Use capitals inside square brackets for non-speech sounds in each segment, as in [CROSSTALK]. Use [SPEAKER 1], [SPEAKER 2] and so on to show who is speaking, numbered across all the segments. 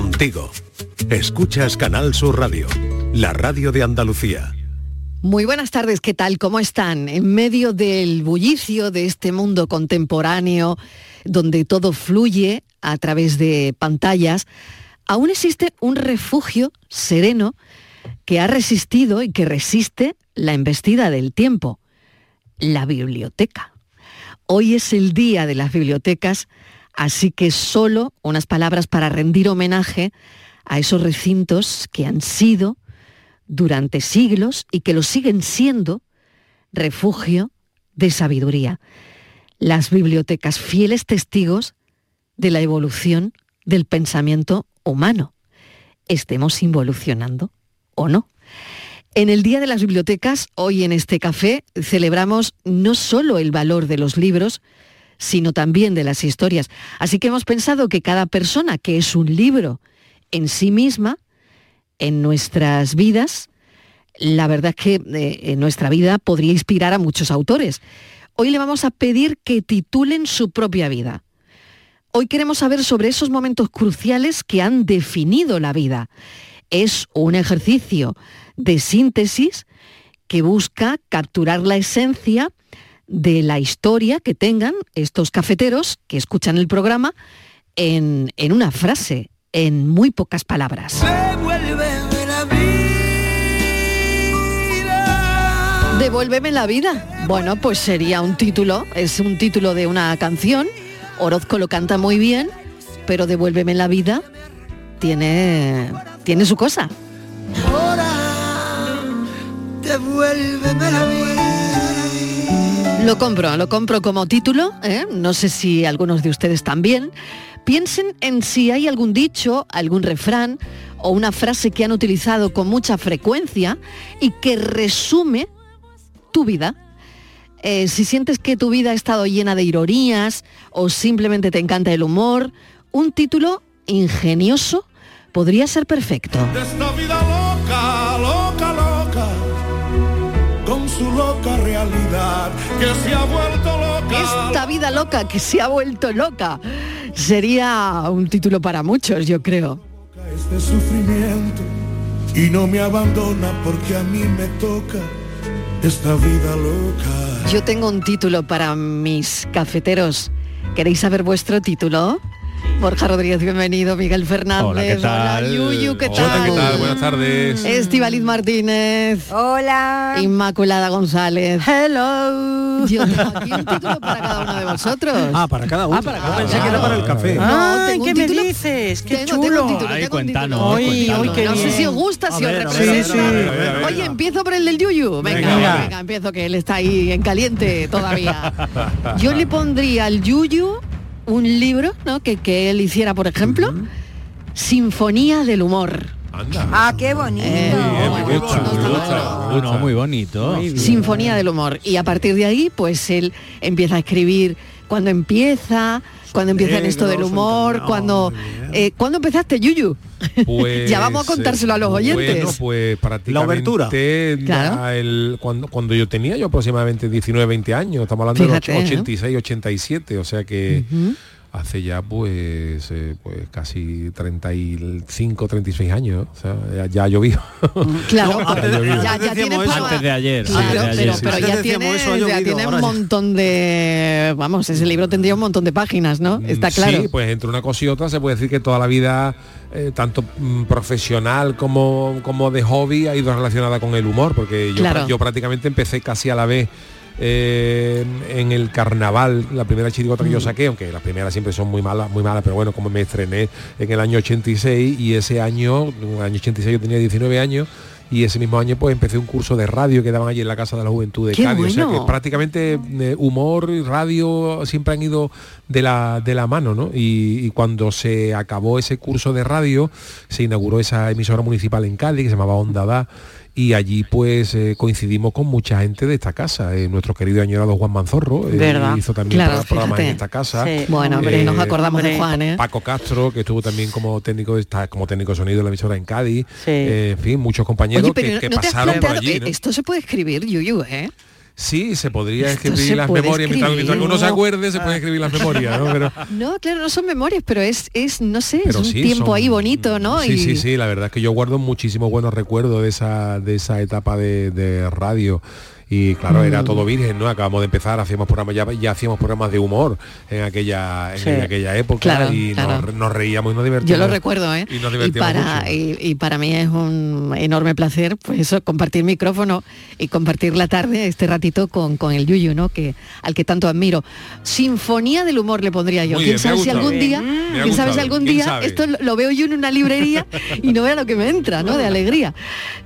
[SPEAKER 1] Contigo. Escuchas Canal Sur Radio, la radio de Andalucía.
[SPEAKER 2] Muy buenas tardes, ¿qué tal? ¿Cómo están? En medio del bullicio de este mundo contemporáneo, donde todo fluye a través de pantallas, aún existe un refugio sereno que ha resistido y que resiste la embestida del tiempo, la biblioteca. Hoy es el día de las bibliotecas, así que solo unas palabras para rendir homenaje a esos recintos que han sido durante siglos y que lo siguen siendo refugio de sabiduría. Las bibliotecas, fieles testigos de la evolución del pensamiento humano. ¿Estemos involucionando o no? En el Día de las Bibliotecas, hoy en este café, celebramos no solo el valor de los libros, sino también de las historias. Así que hemos pensado que cada persona que es un libro en sí misma, en nuestras vidas, la verdad es que eh, en nuestra vida podría inspirar a muchos autores. Hoy le vamos a pedir que titulen su propia vida. Hoy queremos saber sobre esos momentos cruciales que han definido la vida. Es un ejercicio de síntesis que busca capturar la esencia de la historia que tengan estos cafeteros que escuchan el programa en, en una frase, en muy pocas palabras. Devuélveme la vida. Bueno, pues sería un título, es un título de una canción. Orozco lo canta muy bien, pero Devuélveme la vida tiene, tiene su cosa.
[SPEAKER 3] Devuélveme la vida.
[SPEAKER 2] Lo compro, lo compro como título, ¿eh? no sé si algunos de ustedes también. Piensen en si hay algún dicho, algún refrán o una frase que han utilizado con mucha frecuencia y que resume tu vida. Eh, si sientes que tu vida ha estado llena de ironías o simplemente te encanta el humor, un título ingenioso podría ser perfecto.
[SPEAKER 3] De esta vida loca, loca, loca, con su loca realidad que se ha vuelto loca.
[SPEAKER 2] Esta vida loca que se ha vuelto loca sería un título para muchos, yo creo.
[SPEAKER 3] Este sufrimiento y no me abandona porque a mí me toca esta vida loca.
[SPEAKER 2] Yo tengo un título para mis cafeteros. ¿Queréis saber vuestro título? Borja Rodríguez, bienvenido. Miguel Fernández.
[SPEAKER 4] Hola, ¿qué tal?
[SPEAKER 2] Hola, Yuyu, ¿qué
[SPEAKER 4] Hola,
[SPEAKER 2] tal?
[SPEAKER 4] ¿qué tal? Buenas tardes.
[SPEAKER 2] Estibaliz Martínez.
[SPEAKER 5] Hola.
[SPEAKER 2] Inmaculada González.
[SPEAKER 5] Hello.
[SPEAKER 2] Yo tengo aquí un título para cada uno de vosotros.
[SPEAKER 6] Ah, para cada uno.
[SPEAKER 2] Ah, para cada
[SPEAKER 6] Yo pensé
[SPEAKER 2] uno.
[SPEAKER 6] que era para el café.
[SPEAKER 5] Ah,
[SPEAKER 2] No, tengo
[SPEAKER 5] ¿qué
[SPEAKER 2] un
[SPEAKER 5] me
[SPEAKER 2] título-
[SPEAKER 5] dices? Qué
[SPEAKER 2] Tengo- tengo un
[SPEAKER 5] chulo.
[SPEAKER 2] título,
[SPEAKER 4] Ay,
[SPEAKER 2] tengo un título.
[SPEAKER 4] cuéntanos,
[SPEAKER 5] Ay,
[SPEAKER 4] cuéntanos.
[SPEAKER 5] ay, qué
[SPEAKER 2] No sé
[SPEAKER 5] bien.
[SPEAKER 2] si os gusta,
[SPEAKER 6] A
[SPEAKER 2] si os
[SPEAKER 6] ver, a ver,
[SPEAKER 2] representa.
[SPEAKER 5] a ver, a ver,
[SPEAKER 4] a ver, a ver.
[SPEAKER 2] Oye, empiezo por el del Yuyu. Venga, venga,
[SPEAKER 4] Venga,
[SPEAKER 2] venga,
[SPEAKER 4] va.
[SPEAKER 2] empiezo que él está ahí en caliente todavía. Yo le pondría al Yuyu un libro, ¿no? Que, que él hiciera, por ejemplo, Sinfonía del Humor.
[SPEAKER 4] Anda.
[SPEAKER 5] Ah, qué bonito.
[SPEAKER 2] Eh,
[SPEAKER 4] Bien, me
[SPEAKER 2] bueno,
[SPEAKER 4] gusta,
[SPEAKER 2] no
[SPEAKER 4] me
[SPEAKER 2] está bueno.
[SPEAKER 4] gusta. me gusta.
[SPEAKER 7] Uno muy bonito.
[SPEAKER 2] Sinfonía del humor. Y a partir de ahí, pues él empieza a escribir cuando empieza, cuando empieza en esto del
[SPEAKER 6] Negros,
[SPEAKER 2] humor,
[SPEAKER 6] entonces, no,
[SPEAKER 2] cuando...
[SPEAKER 6] muy bien.
[SPEAKER 2] eh, ¿Cuándo empezaste, Yuyu? [LAUGHS]
[SPEAKER 4] Pues,
[SPEAKER 2] Ya vamos a contárselo a los
[SPEAKER 4] eh,
[SPEAKER 2] oyentes.
[SPEAKER 4] Bueno, pues prácticamente
[SPEAKER 6] obertura.
[SPEAKER 2] Claro.
[SPEAKER 4] da el- cuando, cuando yo tenía yo aproximadamente 19, 20 años, estamos hablando
[SPEAKER 2] Fíjate, ¿eh? Mm.
[SPEAKER 4] de los 86, 87, o sea que hace ya pues, eh, pues casi 35, 36 años, o sea, ya, ya llovido. [LAUGHS]
[SPEAKER 2] Claro,
[SPEAKER 6] No, antes de-
[SPEAKER 2] ya,
[SPEAKER 6] antes
[SPEAKER 2] ya tienes
[SPEAKER 6] decíamos eso.
[SPEAKER 2] para-
[SPEAKER 7] Antes de ayer,
[SPEAKER 2] Claro,
[SPEAKER 4] antes de
[SPEAKER 2] pero-
[SPEAKER 4] ayer, sí,
[SPEAKER 2] pero,
[SPEAKER 4] sí.
[SPEAKER 2] ya
[SPEAKER 6] Antes decíamos
[SPEAKER 2] tienes,
[SPEAKER 6] eso, ha
[SPEAKER 2] ya
[SPEAKER 6] llovido,
[SPEAKER 2] tienes
[SPEAKER 6] ahora
[SPEAKER 2] un
[SPEAKER 6] ya.
[SPEAKER 2] montón de... Vamos, ese libro tendría un montón de páginas, ¿no? Está
[SPEAKER 4] Mm,
[SPEAKER 2] claro.
[SPEAKER 4] Sí, pues entre una cosa y otra se puede decir que toda la vida, eh, tanto mm, profesional como, como de hobby, ha ido relacionada con el humor, porque yo,
[SPEAKER 2] Claro.
[SPEAKER 4] pra- yo prácticamente empecé casi a la vez. eh, en el carnaval, la primera chirigota
[SPEAKER 2] Mm.
[SPEAKER 4] que yo saqué, aunque las primeras siempre son muy malas, muy malas, pero bueno, como me estrené en el año 86 y ese año, en el año 86 yo tenía 19 años y ese mismo año pues empecé un curso de radio que daban allí en la Casa de la Juventud de
[SPEAKER 2] ¡Qué
[SPEAKER 4] Cádiz, o sea
[SPEAKER 2] bueno!
[SPEAKER 4] que prácticamente prácticamente eh, humor y radio siempre han ido de la, de la mano, ¿no? Y, y cuando se acabó ese curso de radio, se inauguró esa emisora municipal en Cádiz que se llamaba Onda Da. Y allí pues eh, coincidimos con mucha gente de esta casa. Eh, nuestro querido añorado Juan Manzorro eh,
[SPEAKER 5] Verdad.
[SPEAKER 4] hizo también
[SPEAKER 2] Claro,
[SPEAKER 4] pro- programas en
[SPEAKER 2] fíjate.
[SPEAKER 4] esta casa.
[SPEAKER 5] Sí.
[SPEAKER 2] Bueno, hombre,
[SPEAKER 4] Eh,
[SPEAKER 2] nos acordamos de
[SPEAKER 5] hombre.
[SPEAKER 2] Juan, ¿eh?
[SPEAKER 4] Paco Castro, que estuvo también como técnico de esta- como técnico de sonido de la emisora en Cádiz.
[SPEAKER 5] Sí.
[SPEAKER 4] Eh, en fin, muchos compañeros
[SPEAKER 2] Oye,
[SPEAKER 4] que,
[SPEAKER 2] pero
[SPEAKER 4] que
[SPEAKER 2] ¿no te has
[SPEAKER 4] pasaron por
[SPEAKER 2] planteado?
[SPEAKER 4] allí.
[SPEAKER 2] eh,
[SPEAKER 4] ¿no?
[SPEAKER 2] Esto se puede escribir, Yuyu, ¿eh?
[SPEAKER 4] Sí, se podría
[SPEAKER 2] Esto
[SPEAKER 4] escribir
[SPEAKER 2] se
[SPEAKER 4] las
[SPEAKER 2] puede
[SPEAKER 4] memorias. Mientras,
[SPEAKER 2] escribir. Ah.
[SPEAKER 4] mientras que uno se acuerde, se pueden escribir las memorias, ¿no? Pero,
[SPEAKER 2] No, claro, no son memorias, pero es, es no sé,
[SPEAKER 4] Pero
[SPEAKER 2] es un
[SPEAKER 4] sí,
[SPEAKER 2] tiempo
[SPEAKER 4] son-
[SPEAKER 2] ahí bonito, [LAUGHS] ¿no?
[SPEAKER 4] Sí,
[SPEAKER 2] Y-
[SPEAKER 4] sí, sí, la verdad es que yo guardo muchísimos buenos recuerdos de esa, de esa etapa de, de radio. Y claro,
[SPEAKER 2] Mm.
[SPEAKER 4] era todo virgen, ¿no? Acabamos de empezar, hacíamos programas, ya, ya hacíamos programas de humor en aquella, en
[SPEAKER 5] Sí.
[SPEAKER 4] aquella época
[SPEAKER 2] Claro,
[SPEAKER 4] y nos-
[SPEAKER 2] claro.
[SPEAKER 4] Nos, reíamos y nos divertíamos.
[SPEAKER 2] Yo lo recuerdo, ¿eh?
[SPEAKER 4] Y nos divertíamos
[SPEAKER 2] para,
[SPEAKER 4] mucho.
[SPEAKER 2] y, y para mí es un enorme placer, pues eso, compartir micrófono y compartir la tarde, este ratito con, con el Yuyu, ¿no? Que, al que tanto admiro. Sinfonía del humor le pondría yo.
[SPEAKER 4] Muy
[SPEAKER 2] ¿Quién
[SPEAKER 4] bien, me ha
[SPEAKER 2] sabe si
[SPEAKER 4] gustado.
[SPEAKER 2] algún día,
[SPEAKER 4] Bien. Me ha
[SPEAKER 2] quién sabe si
[SPEAKER 4] gustado.
[SPEAKER 2] algún
[SPEAKER 4] ¿Quién
[SPEAKER 2] día,
[SPEAKER 4] sabe?
[SPEAKER 2] esto lo- lo veo yo en una
[SPEAKER 4] [LAUGHS]
[SPEAKER 2] librería y no vea lo que me entra, ¿no? De alegría.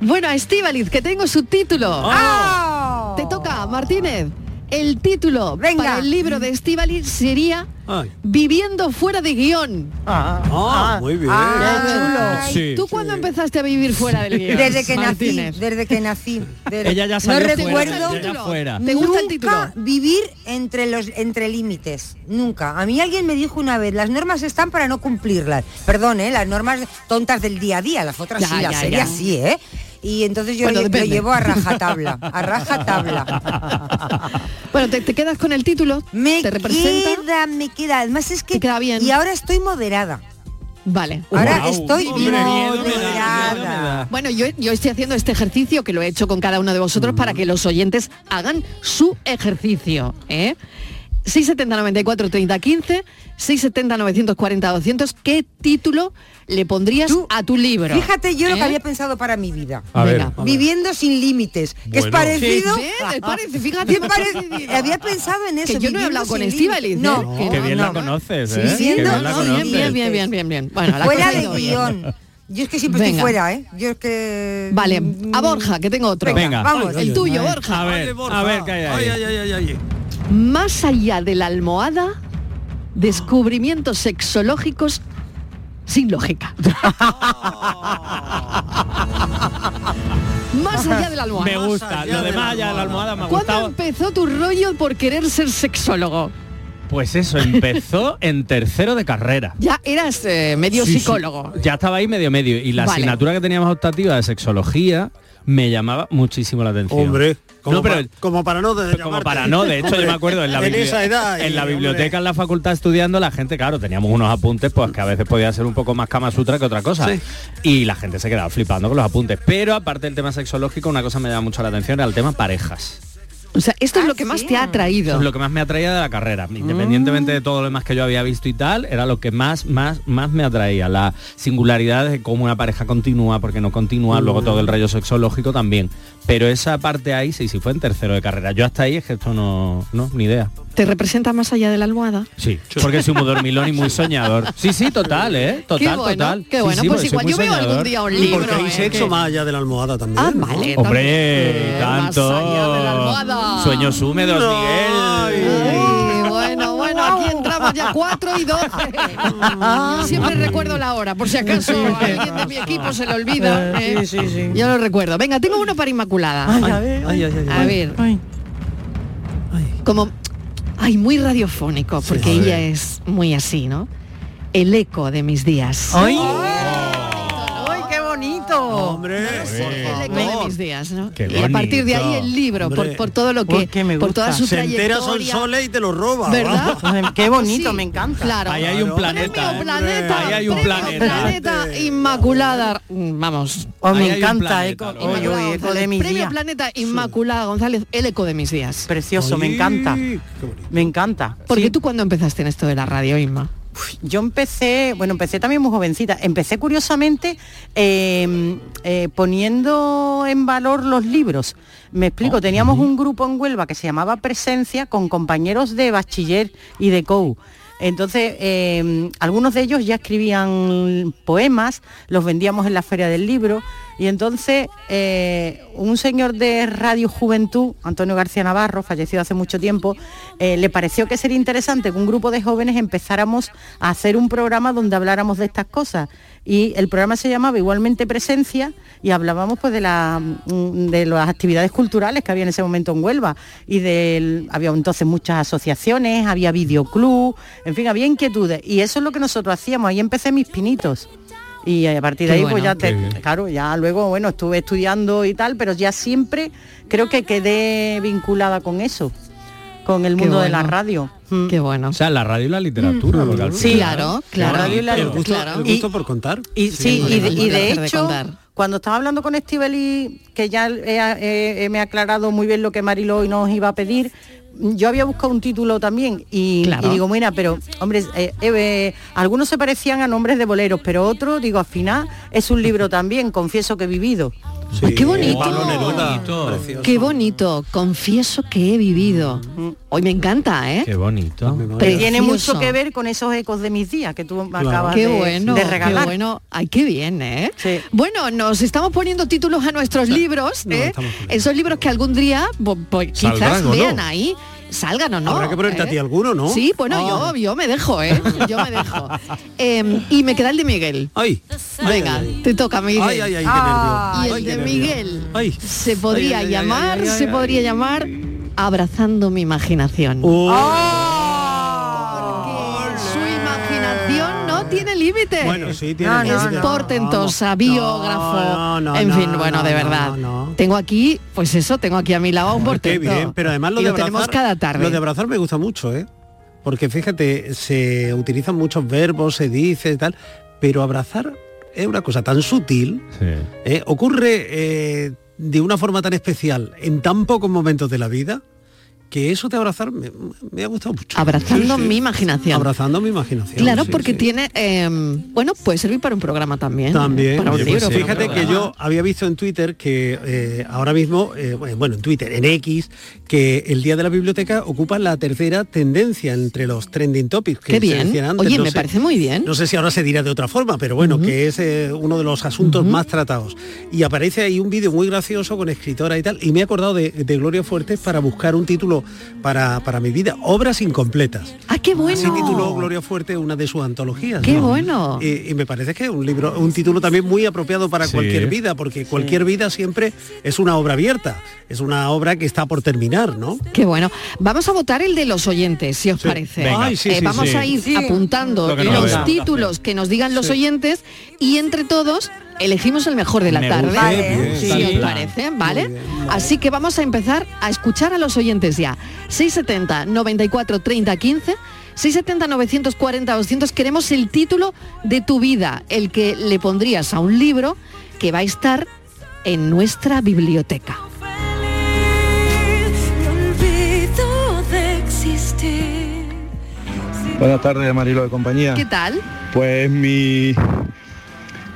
[SPEAKER 2] Bueno, a Estíbaliz, que tengo su título.
[SPEAKER 5] ¡Ah!
[SPEAKER 2] Te toca, Martínez. El título
[SPEAKER 5] Venga.
[SPEAKER 2] para el libro de Estíbaliz sería
[SPEAKER 6] Ay.
[SPEAKER 2] Viviendo fuera de guión.
[SPEAKER 5] Ah,
[SPEAKER 6] Ah, muy bien.
[SPEAKER 5] ah,
[SPEAKER 6] Sí.
[SPEAKER 2] ¿Tú cuándo empezaste a vivir fuera del guión?
[SPEAKER 7] Desde que nací,
[SPEAKER 2] Martínez?
[SPEAKER 7] desde que nací. desde-
[SPEAKER 6] Ella ya salió
[SPEAKER 7] no
[SPEAKER 6] fuera,
[SPEAKER 7] recuerdo
[SPEAKER 6] ella ya fuera.
[SPEAKER 2] ¿Te gusta el
[SPEAKER 7] nunca
[SPEAKER 2] título?
[SPEAKER 7] vivir entre los entre límites, nunca. A mí alguien me dijo una vez, las normas están para no cumplirlas. Perdón, ¿eh? las normas tontas del día a día, las otras
[SPEAKER 2] Ya,
[SPEAKER 7] sí, las
[SPEAKER 2] ya,
[SPEAKER 7] sería
[SPEAKER 2] ya.
[SPEAKER 7] así, ¿eh? Y entonces yo
[SPEAKER 2] Bueno,
[SPEAKER 7] le- lo
[SPEAKER 2] depende.
[SPEAKER 7] llevo a rajatabla, a
[SPEAKER 2] [LAUGHS]
[SPEAKER 7] rajatabla.
[SPEAKER 2] Bueno, te, te quedas con el título,
[SPEAKER 7] Me
[SPEAKER 2] te representa.
[SPEAKER 7] queda, me queda. Además es que
[SPEAKER 2] Te queda bien.
[SPEAKER 7] y ahora estoy moderada.
[SPEAKER 2] Vale.
[SPEAKER 7] Ahora
[SPEAKER 6] Guau.
[SPEAKER 7] estoy
[SPEAKER 6] Hombre, miedo me da,
[SPEAKER 7] moderada.
[SPEAKER 6] miedo me da.
[SPEAKER 2] Bueno, yo, yo estoy haciendo este ejercicio que lo he hecho con cada uno de vosotros
[SPEAKER 4] Mm.
[SPEAKER 2] para que los oyentes hagan su ejercicio. ¿eh? 670 94 30 15 670 940 200 ¿Qué título le pondrías
[SPEAKER 7] Tú,
[SPEAKER 2] a tu libro?
[SPEAKER 7] Fíjate yo lo
[SPEAKER 2] ¿Eh?
[SPEAKER 7] que había pensado para mi vida.
[SPEAKER 4] A ver,
[SPEAKER 2] Venga.
[SPEAKER 6] ver.
[SPEAKER 7] Viviendo sin límites, que es
[SPEAKER 4] Bueno.
[SPEAKER 7] parecido.
[SPEAKER 2] ¿Ves? Es parecido, fíjate.
[SPEAKER 7] Bien parecido. [LAUGHS] Había pensado en eso.
[SPEAKER 2] Que yo no he
[SPEAKER 7] viviendo
[SPEAKER 2] hablado con
[SPEAKER 7] sin
[SPEAKER 2] Estíbaliz,
[SPEAKER 7] límites.
[SPEAKER 2] ¿eh?
[SPEAKER 7] No,
[SPEAKER 2] Que
[SPEAKER 6] Qué
[SPEAKER 7] no,
[SPEAKER 6] bien la
[SPEAKER 7] no.
[SPEAKER 6] conoces,
[SPEAKER 7] Sí,
[SPEAKER 6] ¿eh? Qué
[SPEAKER 7] siendo-
[SPEAKER 6] bien la
[SPEAKER 7] no,
[SPEAKER 6] conoces.
[SPEAKER 2] bien, bien, bien, bien, bien, bien. Bueno, la
[SPEAKER 7] Fuera
[SPEAKER 2] cosa ha
[SPEAKER 7] de
[SPEAKER 2] ido bien.
[SPEAKER 7] guión. Yo es que siempre
[SPEAKER 2] Venga.
[SPEAKER 7] estoy fuera, ¿eh? Yo es que. mm,
[SPEAKER 2] Vale, a Borja, que tengo otro.
[SPEAKER 6] Venga.
[SPEAKER 7] Vamos.
[SPEAKER 2] El tuyo, Borja.
[SPEAKER 6] A ver, a ver, calla ahí.
[SPEAKER 3] Ay, ay, ay, ay, ay.
[SPEAKER 2] Más allá de la almohada, descubrimientos sexológicos sin lógica. Más allá de la
[SPEAKER 6] Me
[SPEAKER 2] almohada.
[SPEAKER 6] gusta, lo demás ya la almohada me ha
[SPEAKER 2] ¿Cuándo
[SPEAKER 6] gustado.
[SPEAKER 2] empezó tu rollo por querer ser sexólogo?
[SPEAKER 6] Pues eso, empezó en tercero de carrera.
[SPEAKER 2] Ya eras eh, medio
[SPEAKER 6] Sí, sí.
[SPEAKER 2] psicólogo.
[SPEAKER 6] Ya estaba ahí medio medio. Y la
[SPEAKER 2] Vale.
[SPEAKER 6] asignatura que teníamos optativa de sexología me llamaba muchísimo la atención.
[SPEAKER 8] Hombre, como,
[SPEAKER 6] No, pero-
[SPEAKER 8] pa- como para no de
[SPEAKER 6] Pero Pues como
[SPEAKER 8] llamarte.
[SPEAKER 6] para no, de hecho yo me acuerdo en la,
[SPEAKER 8] en
[SPEAKER 6] bibli-
[SPEAKER 8] esa edad,
[SPEAKER 6] en
[SPEAKER 8] y,
[SPEAKER 6] la
[SPEAKER 8] hombre.
[SPEAKER 6] biblioteca, en la facultad estudiando, la gente, claro, teníamos unos apuntes pues que a veces podía ser un poco más Kama Sutra que otra cosa. Y la gente se quedaba flipando con los apuntes. Pero aparte del tema sexológico, una cosa me llama mucho la atención, era el tema parejas.
[SPEAKER 2] O sea, esto es
[SPEAKER 7] Ah,
[SPEAKER 2] lo que más
[SPEAKER 7] sí.
[SPEAKER 2] te ha atraído.
[SPEAKER 6] Eso es lo que más me atraía de la carrera, independientemente
[SPEAKER 8] Mm.
[SPEAKER 6] de todo lo demás que yo había visto y tal, era lo que más, más, más me atraía. La singularidad de cómo una pareja continúa, porque no continúa, luego
[SPEAKER 8] Mm.
[SPEAKER 6] todo el rayo sexológico también. Pero esa parte ahí sí, sí fue en tercero de carrera. Yo hasta ahí es que esto no, no, ni idea.
[SPEAKER 2] ¿Te representa más allá de la almohada?
[SPEAKER 6] Sí, porque soy muy dormilón y muy soñador. Sí, sí, total, ¿eh? Total,
[SPEAKER 2] qué bueno,
[SPEAKER 6] total.
[SPEAKER 2] Qué
[SPEAKER 6] Sí,
[SPEAKER 2] bueno,
[SPEAKER 6] sí,
[SPEAKER 2] pues
[SPEAKER 6] porque soy
[SPEAKER 2] igual
[SPEAKER 6] muy
[SPEAKER 2] yo veo algún
[SPEAKER 6] soñador.
[SPEAKER 2] día un
[SPEAKER 8] Y
[SPEAKER 2] libro.
[SPEAKER 8] porque hay
[SPEAKER 2] ¿eh?
[SPEAKER 8] sexo
[SPEAKER 2] que-
[SPEAKER 8] más allá de la almohada también.
[SPEAKER 2] Ah,
[SPEAKER 8] ¿no?
[SPEAKER 2] vale. Más allá
[SPEAKER 6] Hombre,
[SPEAKER 2] de la
[SPEAKER 6] tanto.
[SPEAKER 2] almohada.
[SPEAKER 6] Sueños húmedos,
[SPEAKER 8] No.
[SPEAKER 6] Miguel.
[SPEAKER 2] Ay, bueno, bueno, aquí entramos ya 4 y 12. Siempre recuerdo la hora, por si
[SPEAKER 5] [LAUGHS]
[SPEAKER 2] acaso a alguien de mi equipo se le olvida. ¿eh?
[SPEAKER 5] Sí, sí, sí.
[SPEAKER 2] Yo lo recuerdo. Venga, tengo uno para Inmaculada.
[SPEAKER 5] Ay, a ver.
[SPEAKER 8] Ay, ay, ay, ay.
[SPEAKER 2] A ver,
[SPEAKER 5] Ay.
[SPEAKER 2] como... Ay, muy radiofónico, porque
[SPEAKER 4] a ver.
[SPEAKER 2] ella es muy así, ¿no? El eco de mis días.
[SPEAKER 5] Ay. Ay, qué bonito.
[SPEAKER 8] Oh. Hombre,
[SPEAKER 2] El eco de mis días, ¿no?
[SPEAKER 6] Qué
[SPEAKER 2] y a partir de ahí
[SPEAKER 6] bonito.
[SPEAKER 2] el libro, por,
[SPEAKER 8] Hombre.
[SPEAKER 2] por todo lo que...
[SPEAKER 5] Uy, que me
[SPEAKER 2] por toda
[SPEAKER 5] gusta.
[SPEAKER 2] su
[SPEAKER 8] se entera Sol
[SPEAKER 2] trayectoria.
[SPEAKER 8] Sole y te lo roba.
[SPEAKER 2] ¿Verdad?
[SPEAKER 5] Ay, Qué bonito,
[SPEAKER 2] Sí,
[SPEAKER 5] me encanta.
[SPEAKER 2] Claro.
[SPEAKER 6] Ahí hay un
[SPEAKER 8] Claro.
[SPEAKER 6] planeta.
[SPEAKER 2] Premio
[SPEAKER 6] ¿eh?
[SPEAKER 2] planeta,
[SPEAKER 6] Ahí hay un
[SPEAKER 2] premio
[SPEAKER 6] planeta.
[SPEAKER 2] Planeta Inmaculada. mm, Vamos.
[SPEAKER 5] Oh,
[SPEAKER 6] Ahí hay
[SPEAKER 5] me
[SPEAKER 6] un
[SPEAKER 5] encanta,
[SPEAKER 6] planeta,
[SPEAKER 5] eco,
[SPEAKER 6] loco.
[SPEAKER 5] oye,
[SPEAKER 2] Inmaculada
[SPEAKER 5] oye, eco
[SPEAKER 2] González,
[SPEAKER 5] de mis
[SPEAKER 2] Premio
[SPEAKER 5] días.
[SPEAKER 2] Planeta Inmaculada González, el eco de mis días.
[SPEAKER 5] Precioso, me encanta. Me encanta.
[SPEAKER 2] Porque tú cuando empezaste en esto de la radio, Inma.
[SPEAKER 5] Uf, Yo empecé, bueno, empecé también muy jovencita. Empecé curiosamente eh, eh, poniendo en valor los libros. Me explico, teníamos un grupo en Huelva que se llamaba Presencia con compañeros de bachiller y de COU. Entonces, eh, algunos de ellos ya escribían poemas, los vendíamos en la Feria del Libro. Y entonces, eh, un señor de Radio Juventud, Antonio García Navarro, fallecido hace mucho tiempo, eh, le pareció que sería interesante que un grupo de jóvenes empezáramos a hacer un programa donde habláramos de estas cosas. Y el programa se llamaba igualmente Presencia y hablábamos pues de, la, mm, de las actividades culturales que había en ese momento en Huelva. Y del, había entonces muchas asociaciones, había videoclub, en fin, había inquietudes. Y eso es lo que nosotros hacíamos. Ahí empecé mis pinitos. Y eh, a partir de
[SPEAKER 2] Qué
[SPEAKER 5] ahí, pues
[SPEAKER 2] bueno.
[SPEAKER 5] ya te,
[SPEAKER 4] Qué
[SPEAKER 9] ¿Eh?
[SPEAKER 4] bien.
[SPEAKER 5] claro, ya luego, bueno, estuve estudiando y tal, pero ya siempre creo que quedé vinculada con eso, con el
[SPEAKER 2] Qué
[SPEAKER 5] mundo de la
[SPEAKER 2] bueno.
[SPEAKER 5] radio. Mm.
[SPEAKER 2] Qué bueno.
[SPEAKER 6] O sea, la radio y la literatura. porque al
[SPEAKER 2] Sí,
[SPEAKER 6] final-
[SPEAKER 2] claro, claro.
[SPEAKER 5] radio y la-
[SPEAKER 8] Mm. el gusto,
[SPEAKER 2] claro.
[SPEAKER 8] el gusto por contar.
[SPEAKER 5] Y sí,
[SPEAKER 2] Sí,
[SPEAKER 5] y de,
[SPEAKER 2] sí,
[SPEAKER 5] y de
[SPEAKER 2] hacer de
[SPEAKER 5] hecho,
[SPEAKER 2] contar.
[SPEAKER 5] cuando estaba hablando con Estiveli, que ya he- he- he- me ha aclarado muy bien lo que Marilo hoy nos iba a pedir, yo había buscado un título también y,
[SPEAKER 2] Claro.
[SPEAKER 5] y digo, mira, pero, hombre, eh, eh, eh, algunos se parecían a nombres de boleros, pero otro, digo, al final es un libro también, confieso que he vivido.
[SPEAKER 8] Sí,
[SPEAKER 2] qué bonito.
[SPEAKER 8] Pablo Neruda,
[SPEAKER 6] Bonito.
[SPEAKER 8] precioso.
[SPEAKER 2] Qué bonito, confieso que he vivido. Hoy me encanta, ¿eh?
[SPEAKER 6] Qué bonito.
[SPEAKER 8] Memoria.
[SPEAKER 5] Que tiene
[SPEAKER 2] Precioso.
[SPEAKER 5] mucho que ver con esos ecos de mis días que tú me
[SPEAKER 8] Claro.
[SPEAKER 5] acabas
[SPEAKER 2] Qué
[SPEAKER 5] de,
[SPEAKER 2] bueno,
[SPEAKER 5] de
[SPEAKER 2] qué
[SPEAKER 5] regalar.
[SPEAKER 2] bueno. Ay, qué bien, ¿eh?
[SPEAKER 5] Sí.
[SPEAKER 2] Bueno, nos estamos poniendo títulos a nuestros libros,
[SPEAKER 8] no,
[SPEAKER 2] ¿eh?
[SPEAKER 8] estamos poniendo.
[SPEAKER 2] Esos libros que algún día bo- bo-
[SPEAKER 4] Saldrán,
[SPEAKER 2] quizás
[SPEAKER 4] ¿o no?
[SPEAKER 2] vean ahí, salgan o no. ¿eh?
[SPEAKER 8] Habrá que ponerte a ti alguno, ¿no? Ah.
[SPEAKER 2] Sí, bueno, yo, yo me dejo, ¿eh? Yo me
[SPEAKER 8] [LAUGHS]
[SPEAKER 2] dejo. Eh, y me queda el de Miguel.
[SPEAKER 8] Ay,
[SPEAKER 2] Venga, te toca, Miguel.
[SPEAKER 8] ay, ay, ay, qué nervio.
[SPEAKER 5] Ah.
[SPEAKER 2] Y el
[SPEAKER 8] Ay, qué
[SPEAKER 2] de
[SPEAKER 8] nervio.
[SPEAKER 2] Miguel
[SPEAKER 8] Ay.
[SPEAKER 2] se podría
[SPEAKER 8] Ay, ay, ay,
[SPEAKER 2] llamar,
[SPEAKER 8] ay, ay,
[SPEAKER 2] se
[SPEAKER 8] ay.
[SPEAKER 2] podría llamar Abrazando mi imaginación.
[SPEAKER 8] Oh,
[SPEAKER 2] Porque su imaginación no tiene límites.
[SPEAKER 8] Bueno, sí, tiene
[SPEAKER 5] No, no,
[SPEAKER 2] es
[SPEAKER 8] límites.
[SPEAKER 2] portentosa,
[SPEAKER 8] Vamos.
[SPEAKER 2] biógrafo,
[SPEAKER 8] No, no, no,
[SPEAKER 2] en fin,
[SPEAKER 8] no,
[SPEAKER 2] bueno, de
[SPEAKER 8] no,
[SPEAKER 2] verdad.
[SPEAKER 8] no, no.
[SPEAKER 2] Tengo aquí, pues eso, tengo aquí a mi lado un
[SPEAKER 8] Hombre, qué
[SPEAKER 2] portento.
[SPEAKER 8] bien, pero además lo
[SPEAKER 2] Y
[SPEAKER 8] de
[SPEAKER 2] lo tenemos
[SPEAKER 8] abrazar-
[SPEAKER 2] cada tarde.
[SPEAKER 8] Lo de abrazar me gusta mucho, ¿eh? Porque fíjate, se utilizan muchos verbos, se dice y tal, pero abrazar es una cosa tan sutil,
[SPEAKER 6] Sí.
[SPEAKER 8] ¿eh? ocurre eh, de una forma tan especial en tan pocos momentos de la vida que eso de abrazar me, me ha gustado mucho.
[SPEAKER 2] Abrazando
[SPEAKER 8] Sí, sí.
[SPEAKER 2] mi imaginación.
[SPEAKER 8] Abrazando mi imaginación.
[SPEAKER 2] Claro,
[SPEAKER 8] sí,
[SPEAKER 2] porque
[SPEAKER 8] sí.
[SPEAKER 2] tiene, eh, bueno, puede servir para un programa también.
[SPEAKER 8] También.
[SPEAKER 2] Para un
[SPEAKER 8] Oye, pues
[SPEAKER 2] libro.
[SPEAKER 8] sí.
[SPEAKER 2] para un
[SPEAKER 8] Fíjate que yo
[SPEAKER 2] programa.
[SPEAKER 8] había visto en Twitter que eh, ahora mismo, eh, bueno, en Twitter, en X, que el Día de la Biblioteca ocupa la tercera tendencia entre los trending topics. Que
[SPEAKER 2] Qué
[SPEAKER 8] se
[SPEAKER 2] bien.
[SPEAKER 8] decían antes.
[SPEAKER 2] Oye,
[SPEAKER 8] No
[SPEAKER 2] me
[SPEAKER 8] sé-
[SPEAKER 2] parece muy bien.
[SPEAKER 8] No sé si ahora se dirá de otra forma, pero bueno, que es eh, uno de los asuntos más tratados. Y aparece ahí un vídeo muy gracioso con escritora y tal, y me he acordado de, de Gloria Fuertes para buscar un título para, para mi vida, Obras incompletas.
[SPEAKER 2] Ah, qué bueno.
[SPEAKER 8] Así tituló Gloria Fuerte una de sus antologías.
[SPEAKER 2] Qué
[SPEAKER 8] ¿no?
[SPEAKER 2] bueno.
[SPEAKER 8] Y, y me parece que es un libro, un título también muy apropiado para
[SPEAKER 6] Sí.
[SPEAKER 8] cualquier vida, porque cualquier vida siempre es una obra abierta, es una obra que está por terminar, ¿no?
[SPEAKER 2] Qué bueno. Vamos a votar el de los oyentes, si os parece.
[SPEAKER 6] Venga.
[SPEAKER 8] Ay, sí,
[SPEAKER 2] Eh,
[SPEAKER 8] sí,
[SPEAKER 2] vamos
[SPEAKER 6] sí.
[SPEAKER 2] a ir
[SPEAKER 5] Sí.
[SPEAKER 2] apuntando
[SPEAKER 6] Lo que nos
[SPEAKER 2] los
[SPEAKER 6] venga.
[SPEAKER 2] títulos que nos digan los oyentes y entre todos elegimos el mejor de la
[SPEAKER 6] Me
[SPEAKER 2] tarde.
[SPEAKER 6] gusta,
[SPEAKER 7] Vale,
[SPEAKER 6] qué bien,
[SPEAKER 2] Si
[SPEAKER 6] tal
[SPEAKER 2] os
[SPEAKER 6] plan.
[SPEAKER 2] parece, ¿vale? Así que vamos a empezar a escuchar a los oyentes ya. 670 94 30 15 670 940 200 queremos el título de tu vida, el que le pondrías a un libro que va a estar en nuestra biblioteca.
[SPEAKER 10] Buenas tardes, Marilo de compañía.
[SPEAKER 2] ¿Qué tal?
[SPEAKER 10] Pues mi,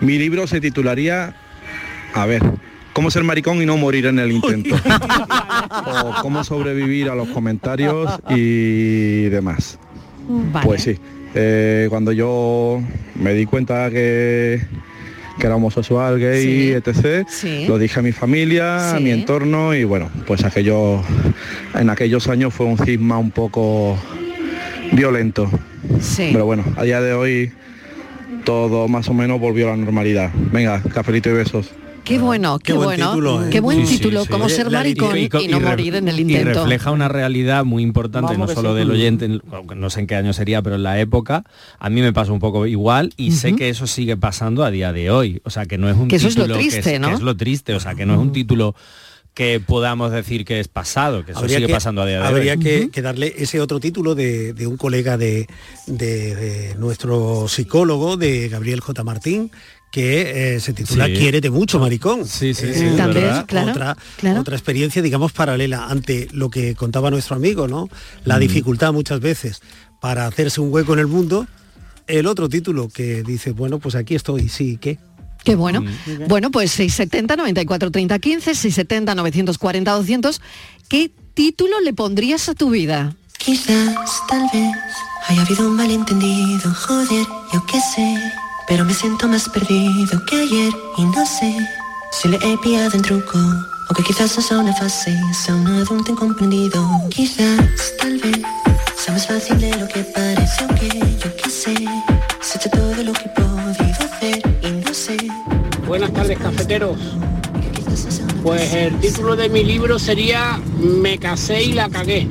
[SPEAKER 10] mi libro se titularía, a ver, ¿Cómo ser maricón y no morir en el intento? o cómo sobrevivir a los comentarios y demás.
[SPEAKER 2] Vale.
[SPEAKER 10] Pues sí, eh, cuando yo me di cuenta que, que era homosexual, gay,
[SPEAKER 2] Sí.
[SPEAKER 10] etc.,
[SPEAKER 2] Sí.
[SPEAKER 10] lo dije a mi familia, a
[SPEAKER 2] Sí.
[SPEAKER 10] mi entorno y bueno, pues aquello, en aquellos años fue un cisma un poco violento.
[SPEAKER 2] Sí.
[SPEAKER 10] Pero bueno, a día de hoy todo más o menos volvió a la normalidad. Venga, cafelito y besos.
[SPEAKER 2] Qué bueno, qué,
[SPEAKER 8] buen
[SPEAKER 2] bueno.
[SPEAKER 8] título, ¿eh?
[SPEAKER 2] Qué buen
[SPEAKER 6] Sí, sí,
[SPEAKER 2] título,
[SPEAKER 6] sí.
[SPEAKER 2] cómo
[SPEAKER 8] Oye,
[SPEAKER 2] ser
[SPEAKER 8] la-
[SPEAKER 2] maricón y,
[SPEAKER 6] co-
[SPEAKER 2] no
[SPEAKER 6] re-
[SPEAKER 2] morir en el
[SPEAKER 6] Y
[SPEAKER 2] intento.
[SPEAKER 6] refleja una realidad muy importante,
[SPEAKER 5] Vamos
[SPEAKER 6] no
[SPEAKER 5] que
[SPEAKER 6] solo
[SPEAKER 5] sí.
[SPEAKER 6] del oyente, aunque no sé en qué año sería, pero en la época, a mí me pasó un poco igual y sé que eso sigue pasando a día de hoy. O sea, que no es un
[SPEAKER 2] Que eso
[SPEAKER 6] título
[SPEAKER 2] es lo triste,
[SPEAKER 6] que, es,
[SPEAKER 2] ¿no?
[SPEAKER 6] que es lo triste, o sea, que no es un título que podamos decir que es pasado, que eso sigue pasando a día de
[SPEAKER 8] habría
[SPEAKER 6] hoy.
[SPEAKER 8] que, que darle ese otro título de, de un colega de, de- de nuestro psicólogo, de Gabriel J. Martín, que eh, se titula
[SPEAKER 6] Sí. Ah.
[SPEAKER 8] Quiérete mucho, maricón. Eh,
[SPEAKER 6] Sí, sí, sí,
[SPEAKER 2] También, ¿verdad? claro,
[SPEAKER 8] otra,
[SPEAKER 2] claro.
[SPEAKER 8] otra experiencia, digamos, paralela ante lo que contaba nuestro amigo, ¿no? La
[SPEAKER 6] Mm.
[SPEAKER 8] dificultad muchas veces para hacerse un hueco en el mundo. El otro título que dice, bueno, pues aquí estoy, sí, ¿qué?
[SPEAKER 2] Qué bueno. Bueno, pues 670 94 30 15, 670 940 200. ¿Qué título le pondrías a tu vida?
[SPEAKER 11] Quizás, tal vez, haya habido un malentendido, joder, yo qué sé. Pero me siento más perdido que ayer y no sé si le he pillado en truco o que quizás es una fase, sea un adulto incomprendido. Quizás, tal vez, sea más fácil de lo que parece, aunque yo qué sé. Se hecho todo lo que he podido hacer y no sé.
[SPEAKER 12] Buenas tardes, cafeteros.
[SPEAKER 11] que quizás sea una
[SPEAKER 12] Pues el título de mi libro sería Me casé y la cagué.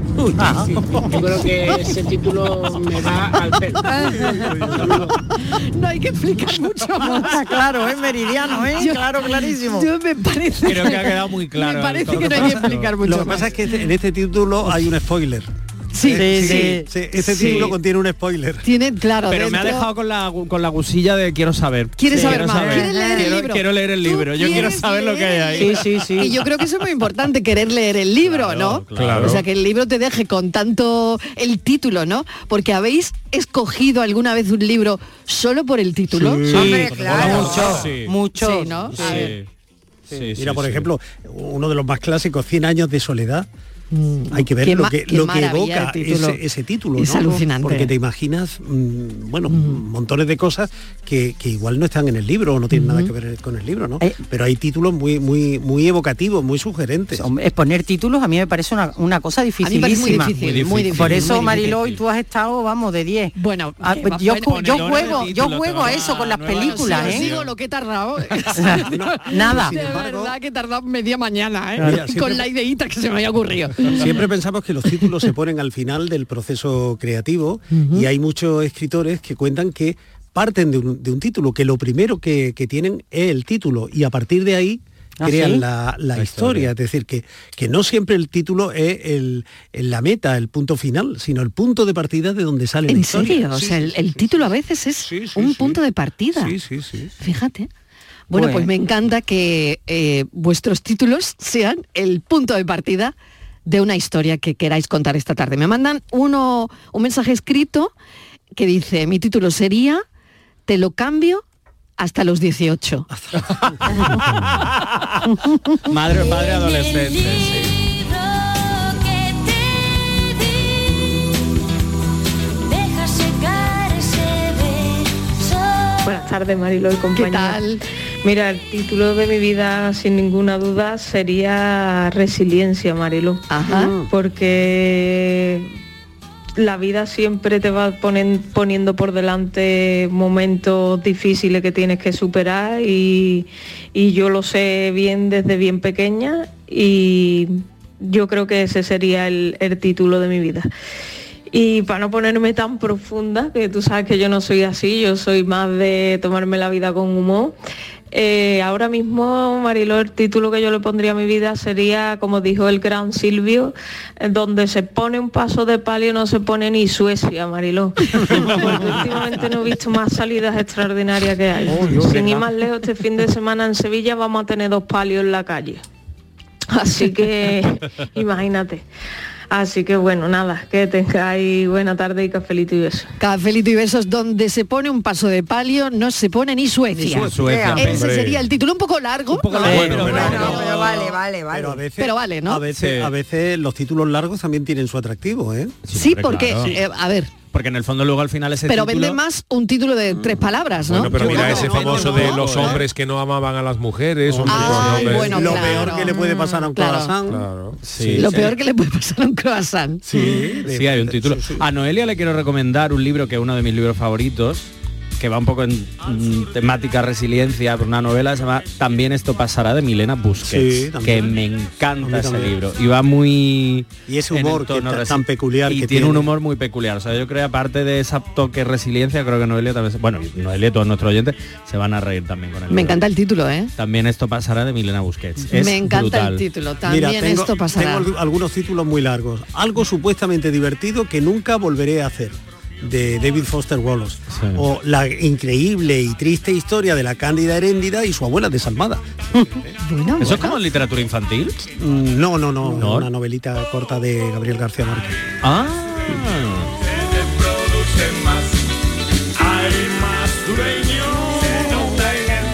[SPEAKER 12] Yo creo que ese título me va al
[SPEAKER 9] [LAUGHS]
[SPEAKER 12] pelo.
[SPEAKER 2] No hay
[SPEAKER 5] [LAUGHS]
[SPEAKER 2] que explicar mucho más.
[SPEAKER 5] Está Ah, claro, es meridiano, ¿eh? Claro, clarísimo.
[SPEAKER 2] Yo me parece
[SPEAKER 6] Creo que ha quedado muy claro.
[SPEAKER 2] Me parece
[SPEAKER 6] todo
[SPEAKER 2] que no
[SPEAKER 6] lo
[SPEAKER 2] hay que
[SPEAKER 6] que pasa.
[SPEAKER 2] explicar mucho
[SPEAKER 8] Lo que
[SPEAKER 2] más.
[SPEAKER 8] pasa es que este- en este título hay un spoiler.
[SPEAKER 2] Sí,
[SPEAKER 8] Eh,
[SPEAKER 5] sí,
[SPEAKER 8] sí, Este
[SPEAKER 6] Sí.
[SPEAKER 8] título contiene un spoiler.
[SPEAKER 2] Tiene, claro,
[SPEAKER 6] Pero me ha
[SPEAKER 2] dentro-
[SPEAKER 6] dejado con la, con la gusilla de quiero saber.
[SPEAKER 2] Quieres saber
[SPEAKER 6] quiero
[SPEAKER 2] más, quieres leer el
[SPEAKER 6] quiero,
[SPEAKER 2] libro.
[SPEAKER 6] quiero leer el
[SPEAKER 2] Tú
[SPEAKER 6] libro. Yo quiero
[SPEAKER 2] quieres
[SPEAKER 6] saber lo que hay
[SPEAKER 2] leer
[SPEAKER 6] ahí.
[SPEAKER 2] el
[SPEAKER 5] Sí, sí, sí.
[SPEAKER 2] Y yo creo que eso es muy importante, querer leer el libro, ¿no?
[SPEAKER 4] claro.
[SPEAKER 2] O sea, que el libro te deje con tanto el título, ¿no? Porque habéis escogido alguna vez un libro solo por el título.
[SPEAKER 7] Hombre, claro.
[SPEAKER 5] Mucho,
[SPEAKER 6] Sí.
[SPEAKER 5] mucho.
[SPEAKER 2] Sí, ¿no?
[SPEAKER 6] Sí. Sí, sí,
[SPEAKER 8] Mira, por
[SPEAKER 6] sí.
[SPEAKER 8] ejemplo, uno de los más clásicos, 100 años de soledad.
[SPEAKER 5] Mm,
[SPEAKER 8] Hay que ver
[SPEAKER 2] qué
[SPEAKER 8] lo
[SPEAKER 2] ma-
[SPEAKER 8] que,
[SPEAKER 2] qué
[SPEAKER 8] lo que
[SPEAKER 2] maravilla
[SPEAKER 8] evoca
[SPEAKER 2] de título.
[SPEAKER 8] Ese, ese título.
[SPEAKER 2] Es
[SPEAKER 8] ¿no?
[SPEAKER 2] alucinante.
[SPEAKER 8] Porque te imaginas, mm, bueno, montones de cosas que, que igual no están en el libro o no tienen nada que ver con el libro, ¿no?
[SPEAKER 5] Mm. Eh.
[SPEAKER 8] Pero hay títulos muy, muy, muy evocativos, muy sugerentes.
[SPEAKER 5] Hombre, Es poner títulos a mí me parece una, una cosa
[SPEAKER 2] A mí me parece muy
[SPEAKER 5] dificilísima.
[SPEAKER 2] difícil, muy difícil.
[SPEAKER 6] Muy difícil,
[SPEAKER 5] Por
[SPEAKER 2] muy
[SPEAKER 5] eso,
[SPEAKER 2] difícil.
[SPEAKER 5] Mariló, y tú has estado, vamos, de 10.
[SPEAKER 2] Bueno,
[SPEAKER 5] Ah,
[SPEAKER 2] eh,
[SPEAKER 5] pues
[SPEAKER 2] va-
[SPEAKER 5] yo,
[SPEAKER 2] bueno,
[SPEAKER 5] ju- yo
[SPEAKER 6] ponedores de
[SPEAKER 5] juego,
[SPEAKER 6] título,
[SPEAKER 5] yo juego a
[SPEAKER 6] toma,
[SPEAKER 5] eso con las
[SPEAKER 6] nueva
[SPEAKER 5] películas,
[SPEAKER 2] Bueno, si
[SPEAKER 5] ¿eh?
[SPEAKER 2] os Ah, digo lo que he tardado. [LAUGHS]
[SPEAKER 5] Nada.
[SPEAKER 2] De
[SPEAKER 8] Sin embargo-
[SPEAKER 2] verdad que he tardado media mañana, ¿eh?
[SPEAKER 8] Mira, siempre-
[SPEAKER 2] Con la ideita que [LAUGHS] se me había ocurrido.
[SPEAKER 8] Siempre pensamos que los títulos se ponen al final del proceso creativo y hay muchos escritores que cuentan que parten de un, de un título, que lo primero que, que tienen es el título y a partir de ahí
[SPEAKER 5] ¿Ah,
[SPEAKER 8] crean
[SPEAKER 5] sí?
[SPEAKER 8] la, la historia. Es decir, que, que no siempre el título es el, el- la meta, el punto final, sino el punto de partida de donde sale la
[SPEAKER 2] ¿En
[SPEAKER 8] historia.
[SPEAKER 2] serio? O
[SPEAKER 8] Sí,
[SPEAKER 2] sea, el,
[SPEAKER 8] sí,
[SPEAKER 2] el
[SPEAKER 8] sí,
[SPEAKER 2] título a
[SPEAKER 8] sí.
[SPEAKER 2] veces es
[SPEAKER 8] Sí, sí,
[SPEAKER 2] un
[SPEAKER 8] sí.
[SPEAKER 2] punto de partida.
[SPEAKER 8] Sí, sí, sí.
[SPEAKER 2] Fíjate. Bueno, pues
[SPEAKER 5] Bueno.
[SPEAKER 2] me encanta que eh, vuestros títulos sean el punto de partida de una historia que queráis contar esta tarde. Me mandan uno, un mensaje escrito que dice, mi título sería, te lo cambio hasta los 18.
[SPEAKER 6] Madre o padre adolescente. sí.
[SPEAKER 13] Buenas tardes, Marilo y
[SPEAKER 2] ¿Qué
[SPEAKER 13] compañía.
[SPEAKER 2] tal?
[SPEAKER 13] Mira, el título de mi vida, sin ninguna duda, sería Resiliencia, Marilo.
[SPEAKER 2] Ajá.
[SPEAKER 13] Porque la vida siempre te va ponen- poniendo por delante momentos difíciles que tienes que superar y, y yo lo sé bien desde bien pequeña y yo creo que ese sería el, el título de mi vida. Y para no ponerme tan profunda, que tú sabes que yo no soy así, yo soy más de tomarme la vida con humor. eh, ahora mismo, Mariló, el título que yo le pondría a mi vida sería, como dijo el gran Silvio, eh, donde se pone un paso de palio no se pone ni
[SPEAKER 5] [LAUGHS]
[SPEAKER 13] Suecia, Mariló. Porque últimamente no he visto más salidas extraordinarias que hay.
[SPEAKER 5] Oh, Dios,
[SPEAKER 13] Sin ir
[SPEAKER 5] verdad.
[SPEAKER 13] más lejos, este fin de semana en Sevilla vamos a tener dos palios en la calle. Así
[SPEAKER 5] [LAUGHS]
[SPEAKER 13] que imagínate. Así que bueno, nada, que tengáis buena tarde y cafelito y beso.
[SPEAKER 2] Cafelito y besos, donde se pone un paso de palio, no se pone ni Suecia.
[SPEAKER 6] Suecia.
[SPEAKER 7] Vea,
[SPEAKER 2] Ese sería el título un poco largo.
[SPEAKER 6] Un poco
[SPEAKER 2] ¿no?
[SPEAKER 6] largo,
[SPEAKER 8] Bueno,
[SPEAKER 6] pero-
[SPEAKER 7] Bueno, pero vale, vale, vale.
[SPEAKER 8] Pero, a veces,
[SPEAKER 2] Pero vale, ¿no?
[SPEAKER 8] A veces,
[SPEAKER 6] Sí.
[SPEAKER 8] a veces los títulos largos también tienen su atractivo, ¿eh?
[SPEAKER 2] Sí,
[SPEAKER 6] hombre,
[SPEAKER 2] porque,
[SPEAKER 6] claro.
[SPEAKER 2] eh, a ver,
[SPEAKER 6] Porque en el fondo luego al final ese
[SPEAKER 2] pero
[SPEAKER 6] título... Mm.
[SPEAKER 2] vende más un título de tres palabras, ¿no?
[SPEAKER 4] Bueno, pero
[SPEAKER 8] Yo
[SPEAKER 4] mira
[SPEAKER 8] creo
[SPEAKER 4] ese
[SPEAKER 8] que no,
[SPEAKER 4] famoso
[SPEAKER 8] no,
[SPEAKER 4] de
[SPEAKER 8] no,
[SPEAKER 4] los
[SPEAKER 8] no.
[SPEAKER 4] hombres que no amaban a las mujeres. hombres
[SPEAKER 2] Ay,
[SPEAKER 4] con hombres.
[SPEAKER 2] bueno,
[SPEAKER 8] lo
[SPEAKER 2] claro.
[SPEAKER 8] peor que le puede pasar a un
[SPEAKER 2] Mm, claro.
[SPEAKER 8] croissant.
[SPEAKER 4] Claro.
[SPEAKER 6] Sí.
[SPEAKER 2] Lo peor que le puede pasar a un croissant.
[SPEAKER 8] Sí, de-
[SPEAKER 6] Sí, hay un título.
[SPEAKER 8] sí, sí.
[SPEAKER 6] A Noelia le quiero recomendar un libro que es uno de mis libros favoritos, que va un poco en mm, temática resiliencia, por una novela que se llama También esto pasará de Milena
[SPEAKER 8] Sí,
[SPEAKER 6] Busquets,
[SPEAKER 8] también.
[SPEAKER 6] que me encanta
[SPEAKER 8] A mí
[SPEAKER 6] ese
[SPEAKER 8] también.
[SPEAKER 6] libro. Y va muy...
[SPEAKER 8] Y ese
[SPEAKER 6] en el
[SPEAKER 8] humor que
[SPEAKER 6] tono
[SPEAKER 8] ta-
[SPEAKER 6] resi-
[SPEAKER 8] tan peculiar
[SPEAKER 6] y
[SPEAKER 8] que
[SPEAKER 6] tiene, un
[SPEAKER 8] tiene.
[SPEAKER 6] humor muy peculiar. O sea, yo creo que aparte de ese toque resiliencia, creo que Noelia también... se- Bueno, y Noelia y todos nuestros oyentes se van a reír también con el
[SPEAKER 2] Me
[SPEAKER 6] libro.
[SPEAKER 2] encanta el título, ¿eh?
[SPEAKER 6] También esto pasará de Milena Busquets. Es
[SPEAKER 2] Me encanta
[SPEAKER 6] brutal.
[SPEAKER 2] el título. También
[SPEAKER 8] Mira, tengo,
[SPEAKER 2] esto pasará.
[SPEAKER 8] tengo algu- algunos títulos muy largos. Algo supuestamente divertido que nunca volveré a hacer de David Foster Wallace
[SPEAKER 6] Sí.
[SPEAKER 8] o la increíble y triste historia de la cándida heréndida y su abuela desalmada
[SPEAKER 2] Bueno,
[SPEAKER 6] ¿Eso es
[SPEAKER 2] bueno.
[SPEAKER 6] como literatura infantil?
[SPEAKER 8] Mm, no, no no
[SPEAKER 6] No.
[SPEAKER 8] una novelita corta de Gabriel García Márquez
[SPEAKER 6] Ah...
[SPEAKER 3] Hay más dueño. Se nota en el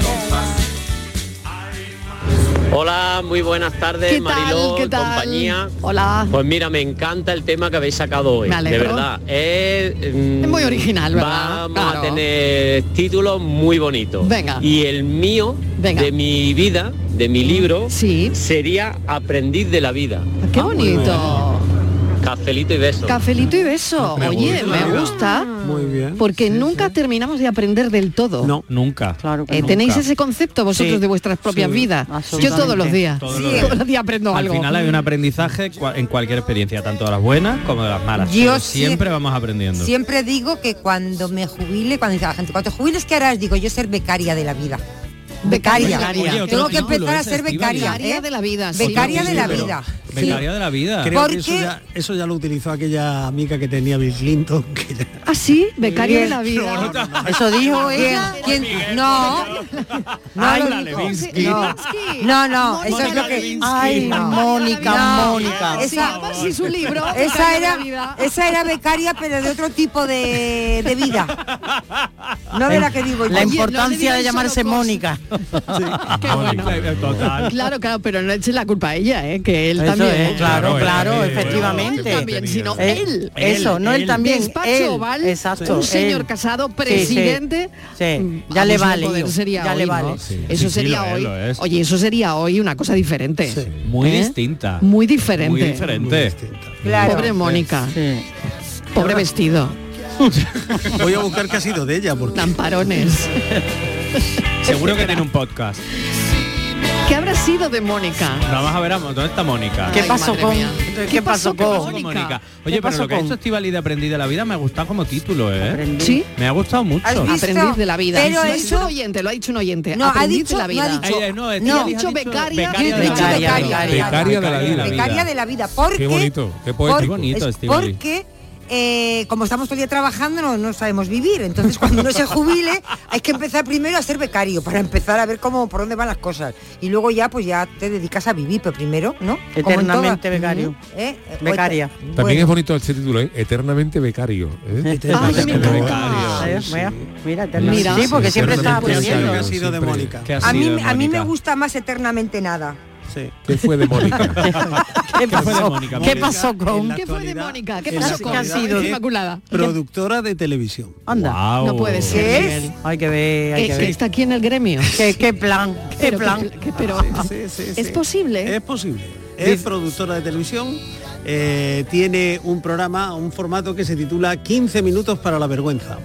[SPEAKER 3] compás.
[SPEAKER 14] Hola, muy buenas tardes,
[SPEAKER 2] ¿Qué tal?
[SPEAKER 14] Mariló,
[SPEAKER 2] ¿Qué tal?
[SPEAKER 14] compañía.
[SPEAKER 2] Hola.
[SPEAKER 14] Pues mira, me encanta el tema que habéis sacado hoy,
[SPEAKER 2] Me
[SPEAKER 14] de
[SPEAKER 2] alegro.
[SPEAKER 14] verdad. Es, mm,
[SPEAKER 2] Es muy original, ¿verdad?
[SPEAKER 14] Vamos
[SPEAKER 2] Claro.
[SPEAKER 14] a tener títulos muy bonitos.
[SPEAKER 2] Venga.
[SPEAKER 14] Y el mío,
[SPEAKER 2] Venga.
[SPEAKER 14] de mi vida, de mi libro,
[SPEAKER 2] Sí.
[SPEAKER 14] sería Aprendiz de la Vida.
[SPEAKER 2] Qué bonito.
[SPEAKER 14] Cafelito y beso.
[SPEAKER 2] Cafelito y beso. Oye, me gusta.
[SPEAKER 8] Muy bien.
[SPEAKER 2] Porque nunca terminamos de aprender del todo.
[SPEAKER 8] No,
[SPEAKER 6] nunca.
[SPEAKER 5] Claro
[SPEAKER 2] Eh, ¿Tenéis ese concepto vosotros
[SPEAKER 6] Sí.
[SPEAKER 2] de vuestras propias
[SPEAKER 6] Sí,
[SPEAKER 2] vidas? Yo
[SPEAKER 6] absolutamente.
[SPEAKER 2] todos los días.
[SPEAKER 6] Todos
[SPEAKER 2] Sí,
[SPEAKER 6] los días.
[SPEAKER 2] todos los días aprendo
[SPEAKER 6] Al
[SPEAKER 2] algo.
[SPEAKER 6] final hay un aprendizaje cua- en cualquier experiencia, tanto de las buenas como de las malas.
[SPEAKER 7] Yo
[SPEAKER 6] pero
[SPEAKER 7] sí-
[SPEAKER 6] siempre vamos aprendiendo.
[SPEAKER 7] Siempre digo que cuando me jubile, cuando dice la gente, cuando te jubiles, ¿qué harás? Digo, yo ser becaria de la vida. Becaria.
[SPEAKER 2] Becaria. Oye, otro
[SPEAKER 7] Tengo que
[SPEAKER 2] título
[SPEAKER 7] empezar a
[SPEAKER 2] ese,
[SPEAKER 7] ser becaria.
[SPEAKER 2] Estíbaliz. Becaria
[SPEAKER 7] ¿eh?
[SPEAKER 2] de la vida, sí.
[SPEAKER 7] Becaria
[SPEAKER 2] Otro
[SPEAKER 7] de la
[SPEAKER 2] título.
[SPEAKER 7] vida.
[SPEAKER 6] Becaria de la vida.
[SPEAKER 8] Creo que
[SPEAKER 7] Porque-
[SPEAKER 8] eso ya, eso ya lo utilizó aquella amiga que tenía
[SPEAKER 6] [LAUGHS]
[SPEAKER 8] Bill Clinton. Que ya-
[SPEAKER 2] ¿Ah, sí? Becaria de la vida.
[SPEAKER 5] Eso dijo
[SPEAKER 7] ¿Quién?
[SPEAKER 5] ella.
[SPEAKER 7] ¿Quién? No.
[SPEAKER 2] [LAUGHS]
[SPEAKER 7] No, lo dijo. no, no, no, eso es lo que.
[SPEAKER 5] Ay, Mónica,
[SPEAKER 2] Ah,
[SPEAKER 5] Mónica.
[SPEAKER 7] Esa,
[SPEAKER 2] así su libro,
[SPEAKER 7] esa
[SPEAKER 2] Becaria de la
[SPEAKER 7] era, esa era becaria, pero de otro tipo de, de vida. No de la que digo yo.
[SPEAKER 5] La importancia de llamarse Mónica.
[SPEAKER 2] Claro, claro, pero no eche la culpa a ella, ¿eh? que él
[SPEAKER 5] Eso
[SPEAKER 2] también.
[SPEAKER 5] es, claro, claro, efectivamente.
[SPEAKER 2] Él este, también, sino
[SPEAKER 5] Él,
[SPEAKER 2] él.
[SPEAKER 5] Eso, no él también.
[SPEAKER 2] Despacho
[SPEAKER 5] él,
[SPEAKER 2] Oval,
[SPEAKER 5] exacto,
[SPEAKER 2] un señor
[SPEAKER 5] él.
[SPEAKER 2] casado,
[SPEAKER 5] Sí, sí,
[SPEAKER 2] presidente.
[SPEAKER 5] sí,
[SPEAKER 2] Mm,
[SPEAKER 5] ya le
[SPEAKER 2] vamos,
[SPEAKER 5] vale.
[SPEAKER 2] no poder,
[SPEAKER 5] yo,
[SPEAKER 2] sería
[SPEAKER 5] ya
[SPEAKER 2] hoy,
[SPEAKER 5] le
[SPEAKER 2] ¿no?
[SPEAKER 5] vale.
[SPEAKER 2] Eso
[SPEAKER 6] Sí, sí,
[SPEAKER 2] sería
[SPEAKER 6] lo es,
[SPEAKER 2] hoy.
[SPEAKER 6] lo es.
[SPEAKER 2] Oye, eso sería hoy una cosa diferente.
[SPEAKER 6] Muy
[SPEAKER 2] ¿eh?
[SPEAKER 6] distinta.
[SPEAKER 2] Muy diferente.
[SPEAKER 6] Muy diferente.
[SPEAKER 7] Claro.
[SPEAKER 2] Pobre Mónica.
[SPEAKER 5] [LAUGHS]
[SPEAKER 2] Pobre vestido.
[SPEAKER 8] Voy a buscar qué ha sido de ella. Porque...
[SPEAKER 2] Lamparones.
[SPEAKER 6] Seguro que tiene un podcast.
[SPEAKER 2] ¿Qué habrá sido de Mónica?
[SPEAKER 6] Vamos a ver, vamos, ¿dónde está Mónica?
[SPEAKER 5] ¿Qué pasó
[SPEAKER 2] madre
[SPEAKER 5] con
[SPEAKER 2] mía.
[SPEAKER 5] ¿Qué,
[SPEAKER 2] ¿Qué
[SPEAKER 5] pasó
[SPEAKER 2] pasó
[SPEAKER 5] con
[SPEAKER 2] con
[SPEAKER 6] Mónica?
[SPEAKER 5] ¿Qué
[SPEAKER 6] Oye, pero
[SPEAKER 5] pasó
[SPEAKER 6] lo que ha
[SPEAKER 5] con-
[SPEAKER 6] hecho Estivali de Aprendí de la Vida me ha gustado como título, ¿eh?
[SPEAKER 5] Aprendí.
[SPEAKER 2] ¿Sí?
[SPEAKER 6] Me ha gustado mucho.
[SPEAKER 7] ¿Has visto?
[SPEAKER 2] Aprendiz de la vida.
[SPEAKER 7] Pero
[SPEAKER 2] lo ha
[SPEAKER 7] eso-
[SPEAKER 2] dicho un oyente, lo ha dicho un oyente.
[SPEAKER 7] No, ha
[SPEAKER 2] Aprendiz
[SPEAKER 7] dicho-
[SPEAKER 2] de la
[SPEAKER 7] no
[SPEAKER 2] vida.
[SPEAKER 7] ha dicho-
[SPEAKER 6] Ella, no,
[SPEAKER 7] no,
[SPEAKER 6] Estivali ha
[SPEAKER 2] dicho becaria.
[SPEAKER 7] Yo he dicho
[SPEAKER 5] Becaria,
[SPEAKER 7] becaria.
[SPEAKER 4] becaria de la vida.
[SPEAKER 7] Becaria de la vida. Porque,
[SPEAKER 4] Qué bonito, qué poético.
[SPEAKER 7] por-
[SPEAKER 4] Qué bonito,
[SPEAKER 7] es
[SPEAKER 6] Estíbaliz.
[SPEAKER 7] Porque eh, como estamos todo el día trabajando no, no sabemos vivir. Entonces cuando uno se jubile hay que empezar primero a ser becario para empezar a ver cómo por dónde van las cosas. Y luego ya pues ya te dedicas a vivir, pero primero, ¿no? Como en
[SPEAKER 5] Eternamente
[SPEAKER 7] toda-
[SPEAKER 5] becario.
[SPEAKER 7] Ujú, ¿eh? Eh,
[SPEAKER 5] Becaria.
[SPEAKER 7] bueno,
[SPEAKER 4] También es bonito este título, ¿eh? Eternamente becario. ¿eh?
[SPEAKER 2] Ay, me encanta.
[SPEAKER 5] ¿Sabes? Mira, mira, te-
[SPEAKER 2] Mira.
[SPEAKER 5] Sí, porque siempre está
[SPEAKER 4] Eternamente
[SPEAKER 5] aprendiendo.
[SPEAKER 8] ¿Qué ha
[SPEAKER 4] becario,
[SPEAKER 8] sido de
[SPEAKER 4] siempre.
[SPEAKER 8] Mónica?
[SPEAKER 6] ¿Qué ha
[SPEAKER 7] a mí,
[SPEAKER 6] sido,
[SPEAKER 7] me- a mí me
[SPEAKER 6] Mónica?
[SPEAKER 7] gusta más eternamente nada.
[SPEAKER 8] Sí.
[SPEAKER 4] ¿Qué fue de
[SPEAKER 8] [LAUGHS]
[SPEAKER 4] Mónica?
[SPEAKER 5] ¿Qué
[SPEAKER 6] fue de
[SPEAKER 5] pasó?
[SPEAKER 6] Mónica?
[SPEAKER 5] ¿Qué pasó
[SPEAKER 8] En
[SPEAKER 5] con?
[SPEAKER 8] la
[SPEAKER 2] ¿Qué fue de
[SPEAKER 8] actualidad-
[SPEAKER 2] Mónica? ¿Qué
[SPEAKER 8] en
[SPEAKER 2] pasó
[SPEAKER 8] la
[SPEAKER 2] con-
[SPEAKER 8] actualidad
[SPEAKER 5] ¿Qué ha sido?
[SPEAKER 8] es
[SPEAKER 2] Inmaculada?
[SPEAKER 8] Productora de televisión.
[SPEAKER 5] Anda.
[SPEAKER 6] Guau.
[SPEAKER 2] No puede ser.
[SPEAKER 7] ¿Qué
[SPEAKER 2] Miguel.
[SPEAKER 7] es?
[SPEAKER 5] Hay que ver, hay
[SPEAKER 2] Que,
[SPEAKER 5] que
[SPEAKER 2] que
[SPEAKER 5] ver.
[SPEAKER 2] está aquí en el gremio.
[SPEAKER 5] ¿Qué, qué plan? ¿Qué
[SPEAKER 2] Pero que-
[SPEAKER 5] plan?
[SPEAKER 2] que- pero-
[SPEAKER 8] Sí, sí,
[SPEAKER 2] ¿Es
[SPEAKER 8] sí.
[SPEAKER 2] posible?
[SPEAKER 8] ¿eh? Es posible. Es productora de televisión. eh, tiene un programa, un formato que se titula 15 minutos para la vergüenza.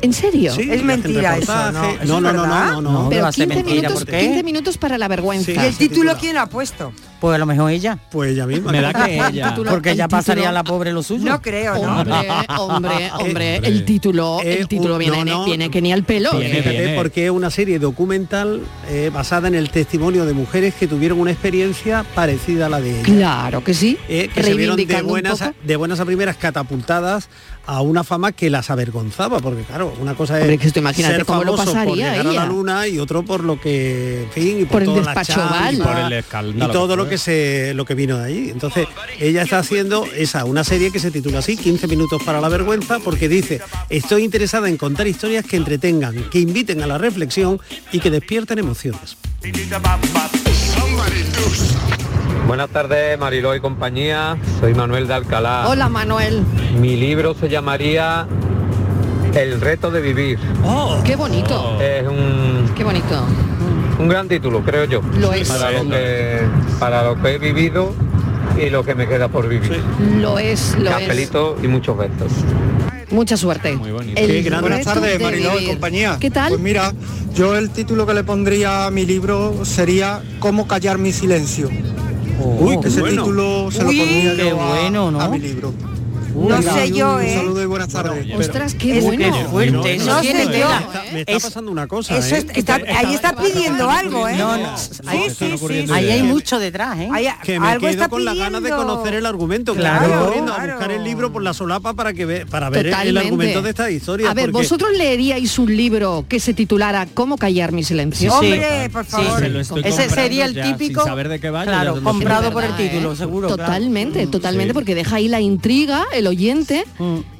[SPEAKER 2] ¿En serio?
[SPEAKER 8] Sí,
[SPEAKER 7] Es
[SPEAKER 8] hacen
[SPEAKER 7] mentira eso,
[SPEAKER 8] reportaje.
[SPEAKER 7] ¿no? ¿Eso
[SPEAKER 8] No,
[SPEAKER 7] es
[SPEAKER 8] no, no,
[SPEAKER 7] verdad?
[SPEAKER 8] no, no, no.
[SPEAKER 5] No.
[SPEAKER 2] Pero
[SPEAKER 5] va a ser
[SPEAKER 2] 15
[SPEAKER 5] mentira,
[SPEAKER 2] minutos,
[SPEAKER 5] ¿por qué?
[SPEAKER 2] 15 minutos para la vergüenza.
[SPEAKER 8] Sí.
[SPEAKER 7] ¿Y el
[SPEAKER 8] Se
[SPEAKER 7] título
[SPEAKER 8] titula.
[SPEAKER 7] quién lo ha puesto?
[SPEAKER 5] Pues a lo mejor ella.
[SPEAKER 8] Pues ella misma.
[SPEAKER 6] Me da que ella.
[SPEAKER 2] Título-
[SPEAKER 5] Porque
[SPEAKER 2] [LAUGHS] el
[SPEAKER 5] ya pasaría
[SPEAKER 2] título-
[SPEAKER 5] la pobre lo suyo. Eh,
[SPEAKER 7] No creo,
[SPEAKER 5] [LAUGHS]
[SPEAKER 7] ¿no?
[SPEAKER 2] Hombre, hombre, hombre, el título,
[SPEAKER 8] Eh,
[SPEAKER 2] el título
[SPEAKER 8] un-
[SPEAKER 2] viene,
[SPEAKER 8] no, no.
[SPEAKER 2] viene que ni al pelo.
[SPEAKER 6] Viene,
[SPEAKER 2] ¿eh?
[SPEAKER 6] viene.
[SPEAKER 8] Fíjate, porque es una serie documental eh, basada en el testimonio de mujeres que tuvieron una experiencia parecida a la de ella.
[SPEAKER 2] Claro que sí.
[SPEAKER 8] Eh, que se vieron de
[SPEAKER 2] Reivindicando un
[SPEAKER 8] buenas, a,
[SPEAKER 2] poco.
[SPEAKER 8] de buenas a primeras catapultadas a una fama que las avergonzaba, porque claro, una cosa es
[SPEAKER 2] Hombre, que esto imagínate
[SPEAKER 8] ser
[SPEAKER 2] cómo lo
[SPEAKER 8] famoso por
[SPEAKER 2] pasaría
[SPEAKER 8] llegar a la
[SPEAKER 2] ella.
[SPEAKER 8] luna y otro por lo que, en fin, y por,
[SPEAKER 2] Por el
[SPEAKER 8] todas las
[SPEAKER 2] despacho
[SPEAKER 8] chambas,
[SPEAKER 2] oval.
[SPEAKER 8] y
[SPEAKER 2] Por
[SPEAKER 6] el
[SPEAKER 1] Pues
[SPEAKER 6] escándalo
[SPEAKER 8] y todo
[SPEAKER 6] que
[SPEAKER 8] lo
[SPEAKER 6] fue.
[SPEAKER 8] que se lo que vino de ahí. Entonces, ella está haciendo esa una serie que se titula así 15 minutos para la vergüenza porque dice, "Estoy interesada en contar historias que entretengan, que inviten a la reflexión y que despierten emociones."
[SPEAKER 15] Buenas tardes, Mariló y compañía. Soy Manuel de Alcalá.
[SPEAKER 2] Hola Manuel,
[SPEAKER 15] Mi libro se llamaría El reto de vivir.
[SPEAKER 2] qué bonito,
[SPEAKER 15] Es un,
[SPEAKER 2] qué bonito.
[SPEAKER 15] un gran título, creo yo.
[SPEAKER 2] Lo es.
[SPEAKER 15] Para lo, que, para lo que he vivido y lo que me queda por vivir.
[SPEAKER 2] Lo es, lo es.
[SPEAKER 15] Cafelito y muchos besos.
[SPEAKER 2] Mucha suerte.
[SPEAKER 6] Muy bonito.
[SPEAKER 2] El
[SPEAKER 9] Sí, gran- buenas
[SPEAKER 2] reto
[SPEAKER 9] tardes,
[SPEAKER 2] de
[SPEAKER 9] Mariló y
[SPEAKER 2] vivir.
[SPEAKER 9] compañía.
[SPEAKER 2] ¿Qué tal?
[SPEAKER 9] Pues mira, yo el título que le pondría a mi libro sería Cómo callar mi silencio.
[SPEAKER 6] Oh,
[SPEAKER 9] Uy, ese
[SPEAKER 8] bueno.
[SPEAKER 9] título se
[SPEAKER 7] Uy,
[SPEAKER 9] lo pondría
[SPEAKER 5] qué
[SPEAKER 9] yo a,
[SPEAKER 5] bueno, ¿no?
[SPEAKER 9] a mi libro.
[SPEAKER 7] No
[SPEAKER 9] Venga,
[SPEAKER 7] sé yo,
[SPEAKER 9] Un
[SPEAKER 7] ¿eh?
[SPEAKER 9] saludo y buenas tardes.
[SPEAKER 2] Ostras, qué
[SPEAKER 5] Es
[SPEAKER 2] bueno.
[SPEAKER 5] que fuerte,
[SPEAKER 8] Bueno,
[SPEAKER 5] eso
[SPEAKER 7] no
[SPEAKER 5] tiene
[SPEAKER 7] sé
[SPEAKER 8] me
[SPEAKER 5] tela.
[SPEAKER 7] yo.
[SPEAKER 8] está, me está
[SPEAKER 5] Es-
[SPEAKER 8] pasando una cosa,
[SPEAKER 7] Eso
[SPEAKER 8] ¿eh?
[SPEAKER 7] es- está- ahí está pidiendo algo, ¿eh?
[SPEAKER 5] No, no,
[SPEAKER 7] Sí,
[SPEAKER 5] ahí-
[SPEAKER 7] sí, sí, sí.
[SPEAKER 5] Ahí hay mucho detrás, ¿eh?
[SPEAKER 7] Hay-
[SPEAKER 8] que me
[SPEAKER 7] algo
[SPEAKER 8] quedo
[SPEAKER 7] está
[SPEAKER 8] con la gana de
[SPEAKER 7] pidiendo.
[SPEAKER 8] conocer el argumento
[SPEAKER 5] Claro,
[SPEAKER 8] claro, corriendo a
[SPEAKER 7] claro.
[SPEAKER 8] buscar el libro por la solapa para que ve- para ver el- el
[SPEAKER 2] Totalmente.
[SPEAKER 8] argumento de esta historia
[SPEAKER 2] A ver,
[SPEAKER 8] porque-
[SPEAKER 2] ¿vosotros leeríais un libro que se titulara ¿Cómo callar mi silencio?
[SPEAKER 5] Sí,
[SPEAKER 7] Hombre, por
[SPEAKER 5] Sí,
[SPEAKER 7] favor.
[SPEAKER 6] Se lo estoy
[SPEAKER 5] Ese
[SPEAKER 6] comprando
[SPEAKER 5] sería el
[SPEAKER 6] ya, sin
[SPEAKER 5] típico-
[SPEAKER 6] saber de qué va, yo ya
[SPEAKER 5] claro,
[SPEAKER 6] lo sé.
[SPEAKER 5] comprado
[SPEAKER 2] Es
[SPEAKER 5] por el
[SPEAKER 2] verdad,
[SPEAKER 5] título,
[SPEAKER 2] ¿eh?
[SPEAKER 5] seguro. claro.
[SPEAKER 2] Totalmente,
[SPEAKER 9] Mm,
[SPEAKER 2] totalmente,
[SPEAKER 6] Mm, sí.
[SPEAKER 2] porque deja ahí la intriga, el oyente,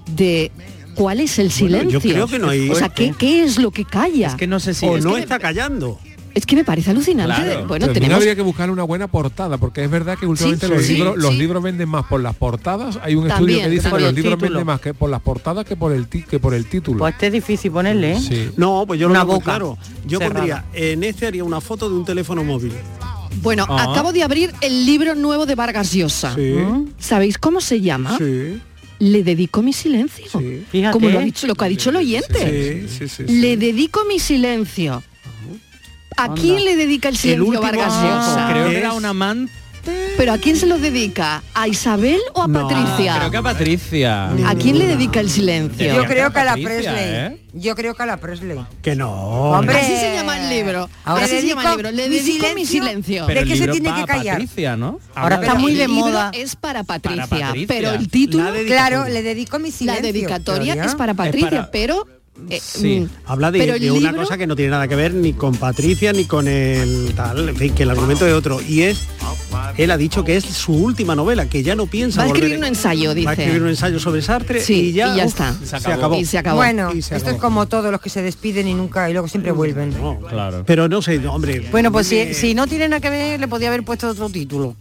[SPEAKER 2] de cuál es el
[SPEAKER 8] Bueno,
[SPEAKER 2] silencio.
[SPEAKER 8] yo creo que no hay-
[SPEAKER 2] O sea, ¿qué, qué es lo que calla?
[SPEAKER 6] Es que no sé si
[SPEAKER 8] o
[SPEAKER 6] es
[SPEAKER 8] no
[SPEAKER 6] que-
[SPEAKER 8] está callando.
[SPEAKER 2] Es que me parece alucinante.
[SPEAKER 6] Claro.
[SPEAKER 2] Bueno,
[SPEAKER 4] También
[SPEAKER 2] tenemos...
[SPEAKER 4] Pues habría que buscar una buena portada, porque es verdad que últimamente
[SPEAKER 2] Sí,
[SPEAKER 4] los,
[SPEAKER 2] sí,
[SPEAKER 4] libros,
[SPEAKER 2] sí.
[SPEAKER 4] los libros venden más por las portadas. Hay un
[SPEAKER 2] También,
[SPEAKER 4] estudio que dice que
[SPEAKER 2] también.
[SPEAKER 4] los libros
[SPEAKER 5] Título.
[SPEAKER 4] venden más que por las portadas que por el ti- que por el título.
[SPEAKER 5] Pues este es difícil ponerle, ¿eh?
[SPEAKER 4] Sí.
[SPEAKER 8] No, pues yo lo
[SPEAKER 5] Una
[SPEAKER 8] veo muy
[SPEAKER 5] boca
[SPEAKER 8] claro. Yo
[SPEAKER 5] cerrada.
[SPEAKER 8] pondría, en este haría una foto de un teléfono móvil.
[SPEAKER 2] Bueno,
[SPEAKER 6] Ah.
[SPEAKER 2] acabo de abrir el libro nuevo de Vargas Llosa.
[SPEAKER 6] Sí.
[SPEAKER 2] ¿Sabéis cómo se llama?
[SPEAKER 8] Sí.
[SPEAKER 2] Le dedico mi silencio.
[SPEAKER 8] Fíjate.
[SPEAKER 2] Como lo ha dicho, lo que ha dicho el oyente.
[SPEAKER 8] Sí, sí, sí, sí.
[SPEAKER 2] Le dedico mi silencio. ¿A
[SPEAKER 6] Anda.
[SPEAKER 2] quién le dedica el silencio Vargas Llosa?
[SPEAKER 6] Creo que era un amante.
[SPEAKER 2] ¿Pero a quién se lo dedica? ¿A Isabel o a Patricia?
[SPEAKER 6] Creo que a Patricia.
[SPEAKER 2] ¿A quién le dedica el silencio?
[SPEAKER 7] Yo creo que a la
[SPEAKER 6] Patricia,
[SPEAKER 7] Presley.
[SPEAKER 6] ¿eh?
[SPEAKER 7] Yo creo que a la Presley.
[SPEAKER 8] Que no.
[SPEAKER 2] Así se llama el libro.
[SPEAKER 7] Eh, Ahora
[SPEAKER 2] Así se llama el
[SPEAKER 7] dedico
[SPEAKER 2] libro. Le
[SPEAKER 7] mi
[SPEAKER 2] dedico mi
[SPEAKER 7] silencio.
[SPEAKER 2] silencio.
[SPEAKER 7] ¿De qué se tiene que callar?
[SPEAKER 6] Patricia, ¿no?
[SPEAKER 7] Ahora está muy de
[SPEAKER 2] El libro
[SPEAKER 7] moda.
[SPEAKER 2] Es para Patricia,
[SPEAKER 6] Patricia.
[SPEAKER 2] pero el título,
[SPEAKER 6] La dedicatoria.
[SPEAKER 7] Claro, le dedico mi
[SPEAKER 2] la
[SPEAKER 7] silencio.
[SPEAKER 2] dedicatoria
[SPEAKER 7] Gloria.
[SPEAKER 2] es para Patricia, pero eh, mm,
[SPEAKER 8] Habla de,
[SPEAKER 2] pero el
[SPEAKER 8] de una
[SPEAKER 2] libro-
[SPEAKER 8] cosa que no tiene nada que ver ni con Patricia ni con el tal, en fin, que el argumento es otro. Y es, él ha dicho que es su última novela, que ya no piensa.
[SPEAKER 2] Va a escribir
[SPEAKER 8] volver-
[SPEAKER 2] un ensayo,
[SPEAKER 8] Va a
[SPEAKER 2] dice.
[SPEAKER 8] escribir un ensayo sobre Sartre
[SPEAKER 2] Sí,
[SPEAKER 8] y ya,
[SPEAKER 2] y ya
[SPEAKER 8] uf,
[SPEAKER 2] está.
[SPEAKER 8] Se acabó.
[SPEAKER 2] Y se acabó.
[SPEAKER 7] Bueno,
[SPEAKER 2] Y se
[SPEAKER 7] esto
[SPEAKER 2] acabó.
[SPEAKER 7] es como todos los que se despiden y nunca y luego siempre vuelven.
[SPEAKER 6] Claro.
[SPEAKER 8] Pero no sé, no, hombre.
[SPEAKER 5] Bueno, pues si,
[SPEAKER 8] eh,
[SPEAKER 5] si no tiene nada que ver, le podía haber puesto otro [LAUGHS] título.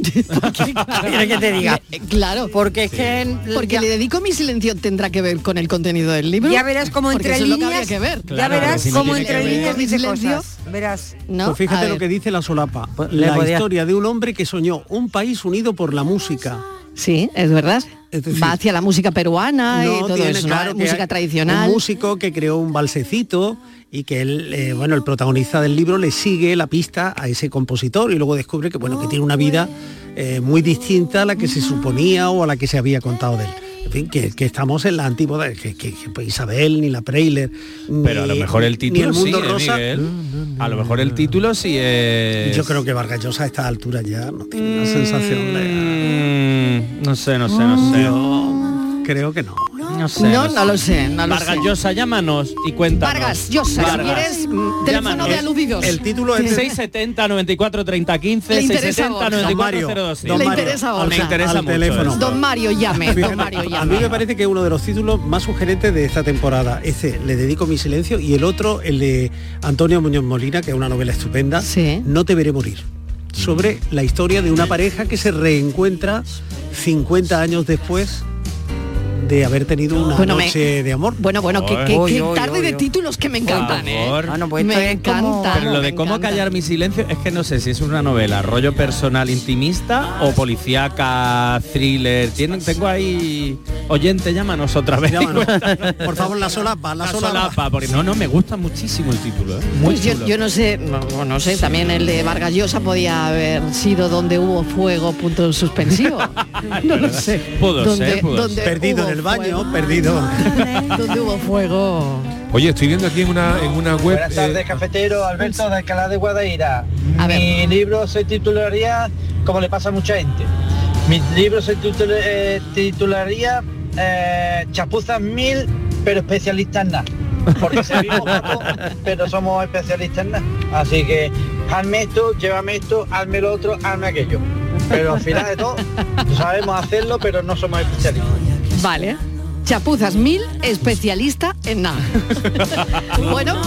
[SPEAKER 5] ¿Quieres que te diga?
[SPEAKER 2] Claro.
[SPEAKER 5] Porque es que...
[SPEAKER 2] Porque le dedico mi silencio tendrá que ver con el contenido del libro.
[SPEAKER 7] Ya verás cómo
[SPEAKER 2] Porque
[SPEAKER 7] entre
[SPEAKER 2] eso es lo que habría
[SPEAKER 7] líneas-
[SPEAKER 2] que ver.
[SPEAKER 7] ya Claro, verás pero si no cómo tiene entre que ver. líneas
[SPEAKER 2] mi
[SPEAKER 7] dice
[SPEAKER 2] silencio.
[SPEAKER 7] cosas. Verás.
[SPEAKER 2] ¿no?
[SPEAKER 8] pues
[SPEAKER 2] A
[SPEAKER 8] fíjate lo
[SPEAKER 2] ver. Pues
[SPEAKER 8] que dice la solapa.
[SPEAKER 2] le
[SPEAKER 8] La
[SPEAKER 2] podía-
[SPEAKER 8] historia de un hombre que soñó un país unido por la música.
[SPEAKER 2] Sí, es verdad. Va hacia la música peruana y todo
[SPEAKER 8] tiene,
[SPEAKER 2] eso, ¿no?
[SPEAKER 8] claro, que
[SPEAKER 2] música
[SPEAKER 8] hay
[SPEAKER 2] tradicional.
[SPEAKER 8] Un músico que creó un balsecito y que él, eh, bueno, el protagonista del libro le sigue la pista a ese compositor y luego descubre que, bueno, que tiene una vida eh, muy distinta a la que se suponía o a la que se había contado de él. En fin, que, que estamos en la antípoda, que, que- que, pues, Isabel, ni la Preiler,
[SPEAKER 6] Pero a lo mejor el
[SPEAKER 8] ni
[SPEAKER 6] título
[SPEAKER 8] el mundo
[SPEAKER 6] sí, eh,
[SPEAKER 8] rosa.
[SPEAKER 6] Miguel. A lo mejor el título sí es...
[SPEAKER 8] Yo creo que Vargas Llosa a esta altura ya no tiene una sensación
[SPEAKER 6] de... Mm, No sé, no sé, no sé.
[SPEAKER 8] creo que no.
[SPEAKER 6] No sé.
[SPEAKER 2] No, no lo sé, no lo
[SPEAKER 6] Vargas
[SPEAKER 2] sé.
[SPEAKER 6] Llosa, llámanos y cuéntanos.
[SPEAKER 2] Vargas Llosa, si quieres, mm, teléfono
[SPEAKER 6] Llámanos.
[SPEAKER 2] de aludidos. El título es-
[SPEAKER 6] 670 94 30 15
[SPEAKER 2] Le interesa a Borja.
[SPEAKER 6] 670 94 02
[SPEAKER 8] Don
[SPEAKER 2] Le
[SPEAKER 8] Mario,
[SPEAKER 2] interesa a Borja.
[SPEAKER 6] Me interesa
[SPEAKER 8] al
[SPEAKER 6] mucho
[SPEAKER 8] teléfono.
[SPEAKER 6] esto.
[SPEAKER 2] Don Mario llame,
[SPEAKER 8] Fíjate,
[SPEAKER 2] don Mario
[SPEAKER 8] a mí
[SPEAKER 2] llame.
[SPEAKER 8] me parece que es uno de los títulos más sugerentes de esta temporada. Este, Le dedico mi silencio, y el otro, el de Antonio Muñoz Molina, que es una novela estupenda, No te veré morir, sobre la historia de una pareja que se reencuentra 50 años después de haber tenido una
[SPEAKER 2] Bueno, me-
[SPEAKER 8] noche de amor.
[SPEAKER 2] Bueno, bueno, que, que- que tarde de títulos que me encantan,
[SPEAKER 6] Por
[SPEAKER 2] ¿eh?
[SPEAKER 6] favor.
[SPEAKER 8] Ah, pues
[SPEAKER 2] me encanta.
[SPEAKER 6] Pero lo de cómo callar mi silencio es que no sé si es una novela, rollo personal intimista o policíaca, thriller. Tienen, tengo ahí oyente, llámanos otra vez. [LAUGHS]
[SPEAKER 8] Por favor, la solapa, la,
[SPEAKER 6] La
[SPEAKER 8] solapa.
[SPEAKER 6] solapa, porque no, no, me gusta muchísimo el título. ¿eh? Muy
[SPEAKER 2] Pues yo,
[SPEAKER 6] chulo.
[SPEAKER 2] yo no sé, no, no, no sé, también el de Vargas Llosa podía haber sido donde hubo fuego, punto suspensivo. no lo sé.
[SPEAKER 4] Pudo
[SPEAKER 2] donde,
[SPEAKER 4] ser, pudo
[SPEAKER 2] donde
[SPEAKER 4] ser. Perdido en el
[SPEAKER 8] baño, perdido.
[SPEAKER 2] donde hubo fuego.
[SPEAKER 4] Oye, estoy viendo aquí en una, en una web...
[SPEAKER 16] Buenas tardes,
[SPEAKER 4] eh,
[SPEAKER 16] cafetero. Alberto de Alcalá de Guadaira. Mi libro se titularía, como le pasa a mucha gente, mi libro se titul- eh, titularía eh, Chapuzas mil, pero especialistas en nada. Porque
[SPEAKER 4] [LAUGHS]
[SPEAKER 16] servimos poco, pero somos especialistas en nada. Así que, hazme esto, llévame esto, hazme lo otro, hazme aquello. Pero al final de todo, sabemos hacerlo, pero no somos especialistas.
[SPEAKER 2] Vale. Chapuzas mil, especialista en nada. bueno,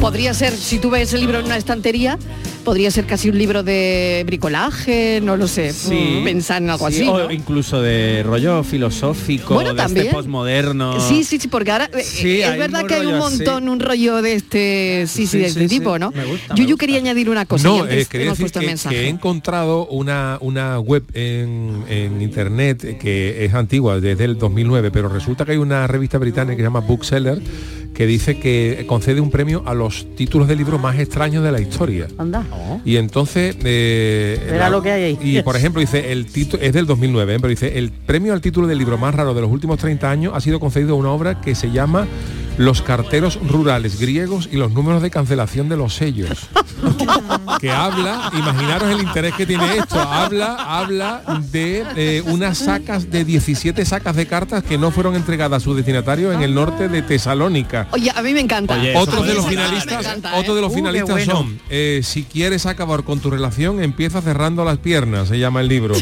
[SPEAKER 2] podría ser, si tú ves el libro en una estantería, podría ser casi un libro de bricolaje, no lo sé,
[SPEAKER 6] Sí.
[SPEAKER 2] pensar en algo
[SPEAKER 6] Sí,
[SPEAKER 2] así. ¿no?
[SPEAKER 6] O incluso de rollo filosófico,
[SPEAKER 2] Bueno,
[SPEAKER 6] de
[SPEAKER 2] también.
[SPEAKER 6] este postmoderno.
[SPEAKER 2] Sí, sí, sí, porque ahora eh,
[SPEAKER 6] Sí,
[SPEAKER 2] es
[SPEAKER 6] hay
[SPEAKER 2] verdad
[SPEAKER 6] un
[SPEAKER 2] que hay un
[SPEAKER 6] rollo así.
[SPEAKER 2] montón, un rollo de este, sí, sí,
[SPEAKER 6] Sí,
[SPEAKER 2] de este
[SPEAKER 6] sí, sí.
[SPEAKER 2] tipo, ¿no?
[SPEAKER 6] Me gusta,
[SPEAKER 2] yo, yo quería añadir una cosa. y
[SPEAKER 4] No,
[SPEAKER 2] antes
[SPEAKER 4] eh, quería
[SPEAKER 2] hemos
[SPEAKER 4] decir
[SPEAKER 2] puesto
[SPEAKER 4] que,
[SPEAKER 2] el mensaje.
[SPEAKER 4] que he encontrado una, una web en, en internet eh, que es antigua, desde el 2009, pero resulta que hay una revista británica que se llama Bookseller que dice que concede un premio a los títulos de libros más extraños de la historia.
[SPEAKER 5] Anda.
[SPEAKER 4] Y entonces... eh,
[SPEAKER 5] Verá
[SPEAKER 4] la-
[SPEAKER 5] lo que hay ahí.
[SPEAKER 4] Y por ejemplo dice, el título es del 2009, ¿eh? pero dice, el premio al título del libro más raro de los últimos 30 años ha sido concedido a una obra que se llama Los carteros rurales griegos y los números de cancelación de los sellos. que habla, imaginaros el interés que tiene esto, habla, habla de eh, unas sacas de 17 sacas de cartas que no fueron entregadas a sus destinatarios en el norte de Tesalónica.
[SPEAKER 2] Oye, a mí me encanta.
[SPEAKER 4] Otros otro de los
[SPEAKER 17] Ah,
[SPEAKER 4] finalistas,
[SPEAKER 17] ¿eh?
[SPEAKER 4] otro de los
[SPEAKER 2] Uh, qué
[SPEAKER 4] finalistas
[SPEAKER 2] bueno.
[SPEAKER 4] son eh, Si quieres acabar con tu relación, empieza cerrando las piernas, se llama el
[SPEAKER 17] [LAUGHS]
[SPEAKER 4] libro.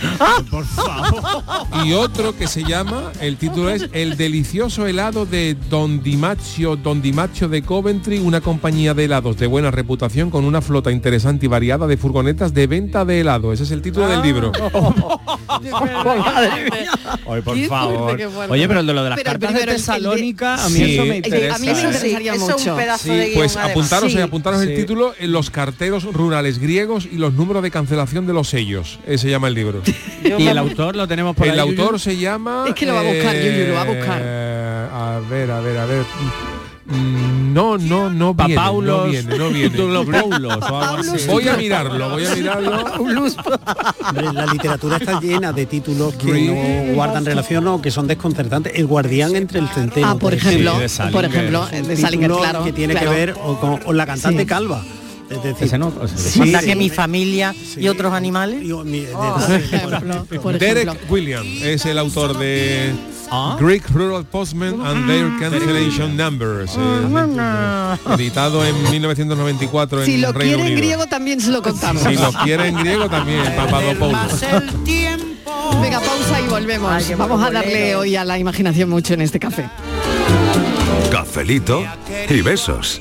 [SPEAKER 3] Por favor.
[SPEAKER 4] y otro que se llama, el título es El delicioso helado de Don Dimachi Lazio Don Dimacho de Coventry, una compañía de helados de buena reputación con una flota interesante y variada de furgonetas de venta de helado. Ese es el título
[SPEAKER 17] Ah.
[SPEAKER 4] del libro. [LAUGHS]
[SPEAKER 17] Oye, por [LAUGHS] favor. Oye, pero el de lo de las cartas de Tesalónica, a mí eso me interesa. ¿eh?
[SPEAKER 4] Sí, Pues apuntaros, eh, apuntaros el
[SPEAKER 17] Sí.
[SPEAKER 4] título en Los carteros rurales griegos y los números de cancelación de los sellos. Eh, se llama el libro.
[SPEAKER 17] [LAUGHS] Y el autor lo tenemos por
[SPEAKER 4] el
[SPEAKER 17] ahí, Yuyu.
[SPEAKER 4] autor se llama...
[SPEAKER 17] Es que lo va a buscar, Yuyu, lo va a buscar.
[SPEAKER 4] eh, A ver, a ver, a ver. Mm, No, no, no viene,
[SPEAKER 17] Papaulos,
[SPEAKER 4] no viene, no
[SPEAKER 17] [LAUGHS]
[SPEAKER 4] viene. [LAUGHS]
[SPEAKER 17] Los Paulos o algo así.
[SPEAKER 4] Voy a mirarlo, voy
[SPEAKER 17] [LAUGHS]
[SPEAKER 4] a mirarlo.
[SPEAKER 8] Hombre, La literatura está llena de títulos que no guardan relación o que son desconcertantes. El guardián entre el centeno.
[SPEAKER 2] Ah, por ejemplo, Sí, de Salinger. por ejemplo, eh,
[SPEAKER 8] Es un
[SPEAKER 2] de Salinger,
[SPEAKER 8] título
[SPEAKER 2] claro,
[SPEAKER 8] Que tiene
[SPEAKER 2] claro.
[SPEAKER 8] que ver o con, o la cantante
[SPEAKER 5] Sí.
[SPEAKER 8] calva. Es decir,
[SPEAKER 5] O sea, que mi familia y otros animales.
[SPEAKER 7] Oh,
[SPEAKER 8] por
[SPEAKER 4] Derek
[SPEAKER 8] ejemplo.
[SPEAKER 4] William es el autor de
[SPEAKER 17] ¿Ah?
[SPEAKER 4] Greek Rural Postmen and Their Cancellation Numbers, eh,
[SPEAKER 17] Ah.
[SPEAKER 4] editado
[SPEAKER 6] [LAUGHS]
[SPEAKER 4] en 1994
[SPEAKER 2] Si
[SPEAKER 4] en
[SPEAKER 2] lo
[SPEAKER 4] Reino
[SPEAKER 2] quiere en
[SPEAKER 4] Unido.
[SPEAKER 2] griego también se lo contamos.
[SPEAKER 4] Si lo quiere en griego también, Papadopoulos.
[SPEAKER 2] Venga, pausa y volvemos.
[SPEAKER 5] qué
[SPEAKER 2] Vamos a
[SPEAKER 5] bolero.
[SPEAKER 2] darle hoy a la imaginación mucho en este café.
[SPEAKER 18] Cafelito y besos.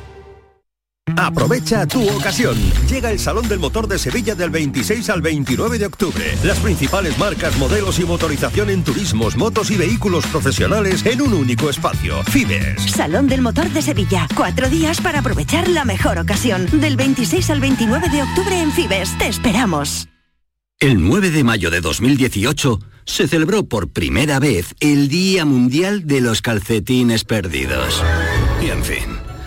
[SPEAKER 19] Aprovecha tu ocasión. Llega el Salón del Motor de Sevilla del 26 al 29 de octubre. Las principales marcas, modelos y motorización en turismos, motos y vehículos profesionales en un único espacio. Fibes.
[SPEAKER 20] Salón del Motor de Sevilla. Cuatro días para aprovechar la mejor ocasión. Del 26 al 29 de octubre en Fibes. Te esperamos.
[SPEAKER 21] El 9 de mayo de 2018 se celebró por primera vez el Día Mundial de los Calcetines Perdidos. Y en fin,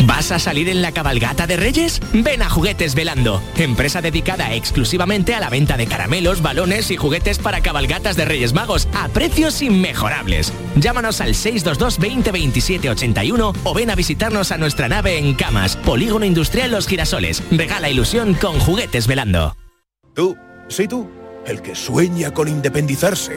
[SPEAKER 6] ¿Vas a salir en la cabalgata de Reyes? Ven a Juguetes Velando, empresa dedicada exclusivamente a la venta de caramelos, balones y juguetes para cabalgatas de Reyes Magos a precios inmejorables. Llámanos al 622 20 27 81 o ven a visitarnos a nuestra nave en Camas, Polígono Industrial Los Girasoles. Regala ilusión con Juguetes Velando.
[SPEAKER 22] Tú, sí tú, el que sueña con independizarse.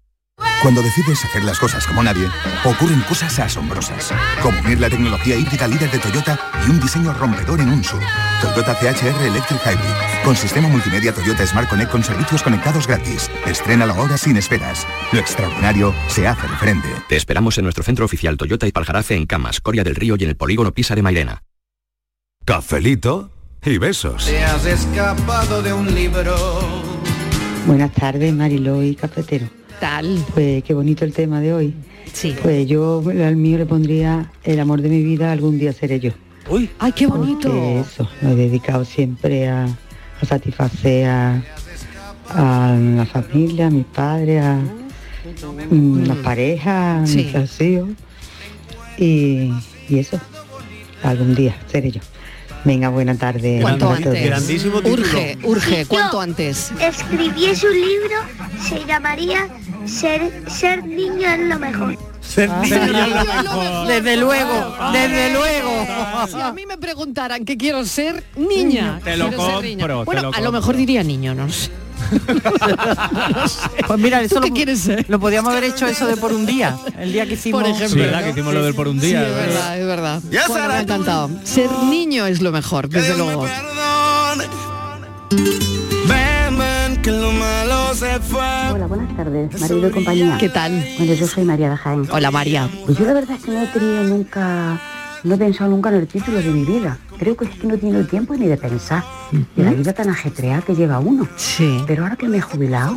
[SPEAKER 23] Cuando decides hacer las cosas como nadie, ocurren cosas asombrosas. Como unir la tecnología híbrida líder de Toyota y un diseño rompedor en un SUV. Toyota CHR Electric Hybrid. Con sistema multimedia Toyota Smart Connect con servicios conectados gratis. Estrena ahora sin esperas. Lo extraordinario se hace de frente.
[SPEAKER 24] Te esperamos en nuestro centro oficial Toyota y Paljarafe en Camas, Coria del Río y en el polígono Pisa de Mairena.
[SPEAKER 18] Cafelito y besos.
[SPEAKER 1] Te has escapado de un libro.
[SPEAKER 25] Buenas tardes, Mariló y Cafetero.
[SPEAKER 2] Tal.
[SPEAKER 25] Pues qué bonito el tema de hoy. Sí. Pues yo al mío le pondría el amor de mi vida algún día seré yo.
[SPEAKER 2] Uy. Ay, qué bonito.
[SPEAKER 25] Porque eso, lo he dedicado siempre a, a satisfacer a, a la familia, a mis padres, a mm, las parejas, a mis vacíos. Y, y eso, algún día seré yo. Venga, buena tarde.
[SPEAKER 2] Cuanto
[SPEAKER 25] para
[SPEAKER 2] antes.
[SPEAKER 25] todos.
[SPEAKER 2] Urge, urge,
[SPEAKER 26] Si
[SPEAKER 2] cuanto
[SPEAKER 26] yo
[SPEAKER 2] antes.
[SPEAKER 26] Escribiese un libro, se llamaría Ser, ser niño es lo mejor.
[SPEAKER 27] Ser
[SPEAKER 2] Ah.
[SPEAKER 27] niño es lo
[SPEAKER 2] [LAUGHS]
[SPEAKER 27] mejor. Desde luego, desde luego.
[SPEAKER 2] Si a mí me preguntaran que quiero ser niña,
[SPEAKER 6] Te lo
[SPEAKER 2] quiero ser niña.
[SPEAKER 6] compro, te
[SPEAKER 2] Bueno,
[SPEAKER 6] lo
[SPEAKER 2] a lo mejor diría niño, no sé.
[SPEAKER 27] Pues mira, eso lo,
[SPEAKER 2] quieres
[SPEAKER 27] lo podíamos haber hecho eso de por un día, el día que hicimos.
[SPEAKER 2] Por
[SPEAKER 6] Sí,
[SPEAKER 2] ejemplo.
[SPEAKER 6] verdad que hicimos lo del por un
[SPEAKER 2] Sí,
[SPEAKER 6] día.
[SPEAKER 2] es
[SPEAKER 6] ¿verdad?
[SPEAKER 2] verdad, es verdad.
[SPEAKER 6] Ya
[SPEAKER 2] Bueno, me
[SPEAKER 6] será
[SPEAKER 2] ha encantado. Ser niño es lo mejor, desde luego.
[SPEAKER 26] Ven, ven, que lo malo se fue.
[SPEAKER 28] Hola, buenas tardes, marido y compañía.
[SPEAKER 2] ¿Qué tal?
[SPEAKER 28] Bueno, yo soy María de Jaén.
[SPEAKER 2] Hola, María.
[SPEAKER 28] Pues yo la verdad es que no he tenido nunca, no he pensado nunca en el título de mi vida. Creo que es que no he tenido tiempo ni de pensar. De la vida tan ajetreada que lleva uno.
[SPEAKER 2] Sí.
[SPEAKER 28] Pero ahora que me he jubilado,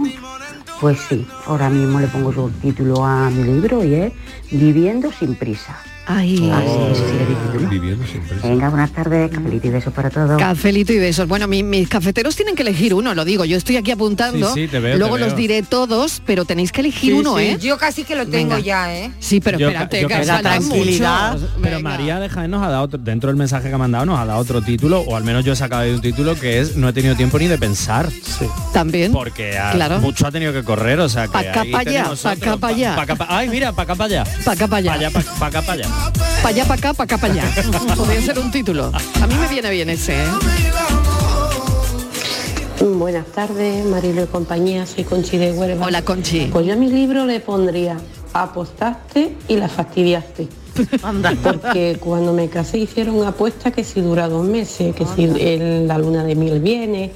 [SPEAKER 28] pues sí, ahora mismo le pongo su título a mi libro y es Viviendo sin prisa.
[SPEAKER 2] Ay.
[SPEAKER 28] Así es, el título.
[SPEAKER 4] Viviendo sin prisa.
[SPEAKER 28] Venga, buenas tardes, capelito y besos para todos.
[SPEAKER 2] Cafelito y besos. Bueno, mi- mis cafeteros tienen que elegir uno, lo digo. Yo estoy aquí apuntando.
[SPEAKER 28] Sí, sí, te veo,
[SPEAKER 2] Luego
[SPEAKER 28] te
[SPEAKER 2] los
[SPEAKER 28] veo.
[SPEAKER 2] diré todos, pero tenéis que elegir uno, ¿eh?
[SPEAKER 7] Yo casi que lo tengo
[SPEAKER 2] Venga.
[SPEAKER 7] ya, ¿eh?
[SPEAKER 2] Sí, pero
[SPEAKER 6] Yo-
[SPEAKER 2] espérate,
[SPEAKER 6] yo
[SPEAKER 2] que
[SPEAKER 6] creo-
[SPEAKER 2] os faltan muchos.
[SPEAKER 6] Pero María de Jaén nos ha dado, otro- dentro del mensaje que ha mandado, nos ha dado otro título, o al menos yo he sacado ahí un título que es No he tenido tiempo ni de pensar.
[SPEAKER 2] También.
[SPEAKER 6] Porque ha-
[SPEAKER 2] Claro.
[SPEAKER 6] mucho ha tenido que correr, o sea que.
[SPEAKER 2] Pa' acá,
[SPEAKER 6] ahí
[SPEAKER 2] pa' allá,
[SPEAKER 6] tenemos
[SPEAKER 2] pa'
[SPEAKER 6] otro,
[SPEAKER 2] acá, pa' allá.
[SPEAKER 6] pa' acá, pa- Ay, mira, pa' acá, pa' allá.
[SPEAKER 2] Pa' acá, pa' allá.
[SPEAKER 6] Pa' allá, pa' pa' acá, pa' allá.
[SPEAKER 2] Pa' allá, pa' acá, pa' acá, pa' allá. Podría ser un título. A mí me viene bien ese, ¿eh?
[SPEAKER 5] Mm, Buenas tardes, Marilo y compañía, soy Conchi de Huelva.
[SPEAKER 2] Hola, Conchi.
[SPEAKER 5] Pues yo a mi libro le pondría apostaste y la fastidiaste. Porque cuando me casé hicieron apuesta que si dura dos meses, que si el- la luna de miel viene,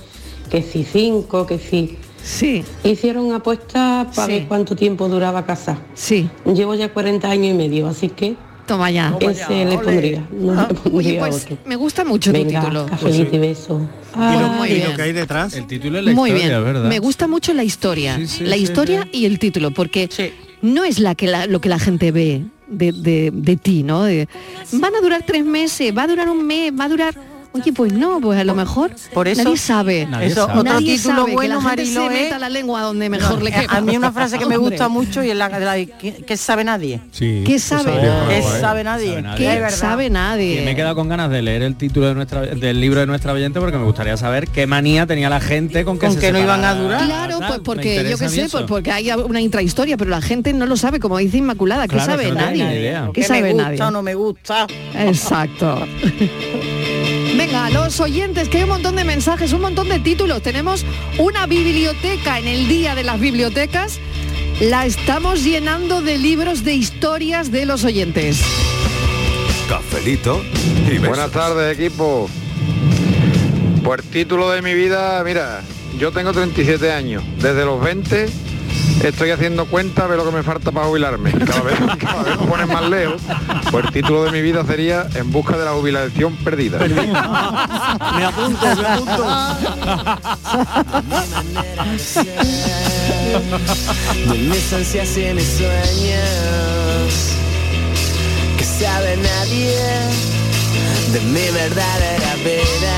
[SPEAKER 5] que si cinco, que si...
[SPEAKER 2] Sí.
[SPEAKER 5] Hicieron apuesta para
[SPEAKER 2] Sí.
[SPEAKER 5] ver cuánto tiempo duraba casar.
[SPEAKER 2] Sí.
[SPEAKER 5] Llevo ya 40 años y medio, así que...
[SPEAKER 2] Toma ya.
[SPEAKER 5] Ese le pondría. No le pondría
[SPEAKER 2] Oye, pues
[SPEAKER 5] otro.
[SPEAKER 2] me gusta mucho
[SPEAKER 5] Venga,
[SPEAKER 2] tu título.
[SPEAKER 5] cafelito y beso.
[SPEAKER 25] Pues
[SPEAKER 2] Muy bien.
[SPEAKER 5] hay
[SPEAKER 29] detrás.
[SPEAKER 6] El título es Pues la
[SPEAKER 2] Muy
[SPEAKER 6] historia,
[SPEAKER 2] bien,
[SPEAKER 6] ¿verdad?
[SPEAKER 2] me gusta mucho la historia,
[SPEAKER 6] sí,
[SPEAKER 2] la
[SPEAKER 6] sí,
[SPEAKER 2] historia y el título, porque no es la que la- lo que la gente ve de, de- de ti, ¿no? De, van a durar tres meses, va a durar un mes, va a durar... Oye, pues no, pues a lo mejor
[SPEAKER 27] Por eso-
[SPEAKER 2] nadie sabe.
[SPEAKER 27] Nadie Eso, sabe. otro
[SPEAKER 2] Nadie
[SPEAKER 27] título
[SPEAKER 2] sabe, que
[SPEAKER 27] bueno,
[SPEAKER 2] la gente
[SPEAKER 27] Mariló,
[SPEAKER 2] se
[SPEAKER 27] ¿eh?
[SPEAKER 2] meta la lengua donde mejor le quepa.
[SPEAKER 27] A mí una frase que me
[SPEAKER 2] Hombre.
[SPEAKER 27] gusta mucho y es la, la de ¿qué, qué sabe nadie?
[SPEAKER 4] Sí.
[SPEAKER 6] pues,
[SPEAKER 2] ¿Qué sabe?
[SPEAKER 6] ¿eh?
[SPEAKER 27] ¿Qué sabe nadie?
[SPEAKER 2] ¿Qué
[SPEAKER 27] Es verdad.
[SPEAKER 2] sabe nadie?
[SPEAKER 6] Y me he quedado con ganas de leer el título de nuestra, del libro de nuestra oyente porque me gustaría saber qué manía tenía la gente con que,
[SPEAKER 27] Con
[SPEAKER 6] se
[SPEAKER 27] que no
[SPEAKER 6] separara.
[SPEAKER 27] iban a durar.
[SPEAKER 2] Claro,
[SPEAKER 6] Tal,
[SPEAKER 2] pues
[SPEAKER 6] me
[SPEAKER 2] porque yo
[SPEAKER 6] interesa
[SPEAKER 2] qué
[SPEAKER 6] a mí
[SPEAKER 2] sé,
[SPEAKER 6] eso.
[SPEAKER 2] pues porque hay una intrahistoria, pero la gente no lo sabe, como dice Inmaculada, ¿qué
[SPEAKER 6] Claro,
[SPEAKER 2] sabe
[SPEAKER 6] que no tiene
[SPEAKER 2] nadie?
[SPEAKER 6] ni idea.
[SPEAKER 2] ¿Qué
[SPEAKER 27] ¿Qué
[SPEAKER 2] sabe
[SPEAKER 27] me gusta
[SPEAKER 2] nadie?
[SPEAKER 27] o no me gusta?
[SPEAKER 2] Exacto. Venga, los oyentes, que hay un montón de mensajes, un montón de títulos. Tenemos una biblioteca en el Día de las Bibliotecas. La estamos llenando de libros de historias de los oyentes.
[SPEAKER 30] Cafelito y besos.
[SPEAKER 17] Buenas tardes, equipo. Pues título de mi vida, mira, yo tengo 37 años. Desde los 20 estoy haciendo cuenta de lo que me falta para jubilarme. [LAUGHS] Cada vez, cada vez me ponen más lejos. Pues el título de mi vida sería En busca de la jubilación perdida.
[SPEAKER 29] [LAUGHS] Me apunto, me
[SPEAKER 1] De mis ansias y mis sueños Que sabe nadie De mi verdadera vida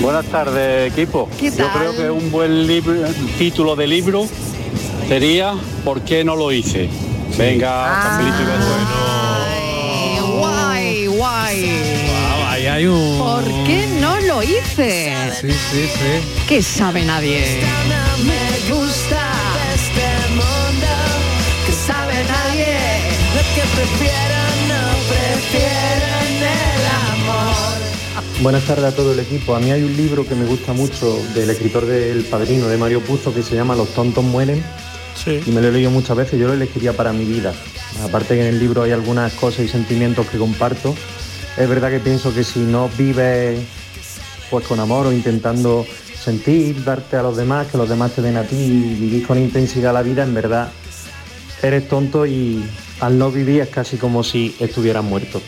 [SPEAKER 31] Buenas tardes, equipo.
[SPEAKER 1] ¿Qué
[SPEAKER 31] Yo
[SPEAKER 1] tal?
[SPEAKER 31] creo que un buen libro, título de libro sería ¿Por qué no lo hice? Venga, cafelito y besos.
[SPEAKER 2] Eh, Guay, guay.
[SPEAKER 6] Ah, ahí hay un...
[SPEAKER 2] ¿Por qué no lo hice?
[SPEAKER 6] Sí, sí, sí.
[SPEAKER 2] Que sabe nadie.
[SPEAKER 1] Me
[SPEAKER 2] gusta
[SPEAKER 1] este mundo Que sabe nadie Lo que prefiero no prefieren el amor
[SPEAKER 9] Buenas tardes a todo el equipo. A mí hay un libro que me gusta mucho del escritor del padrino de Mario Puzo que se llama Los tontos mueren. Y me lo he leído muchas veces, yo lo elegiría para mi vida. Aparte que en el libro hay algunas cosas y sentimientos que comparto. Es verdad que pienso que si no vives pues con amor o intentando sentir, darte a los demás, que los demás te den a ti y vivir con intensidad la vida, en verdad eres tonto y al no vivir es casi como si estuvieras muerto.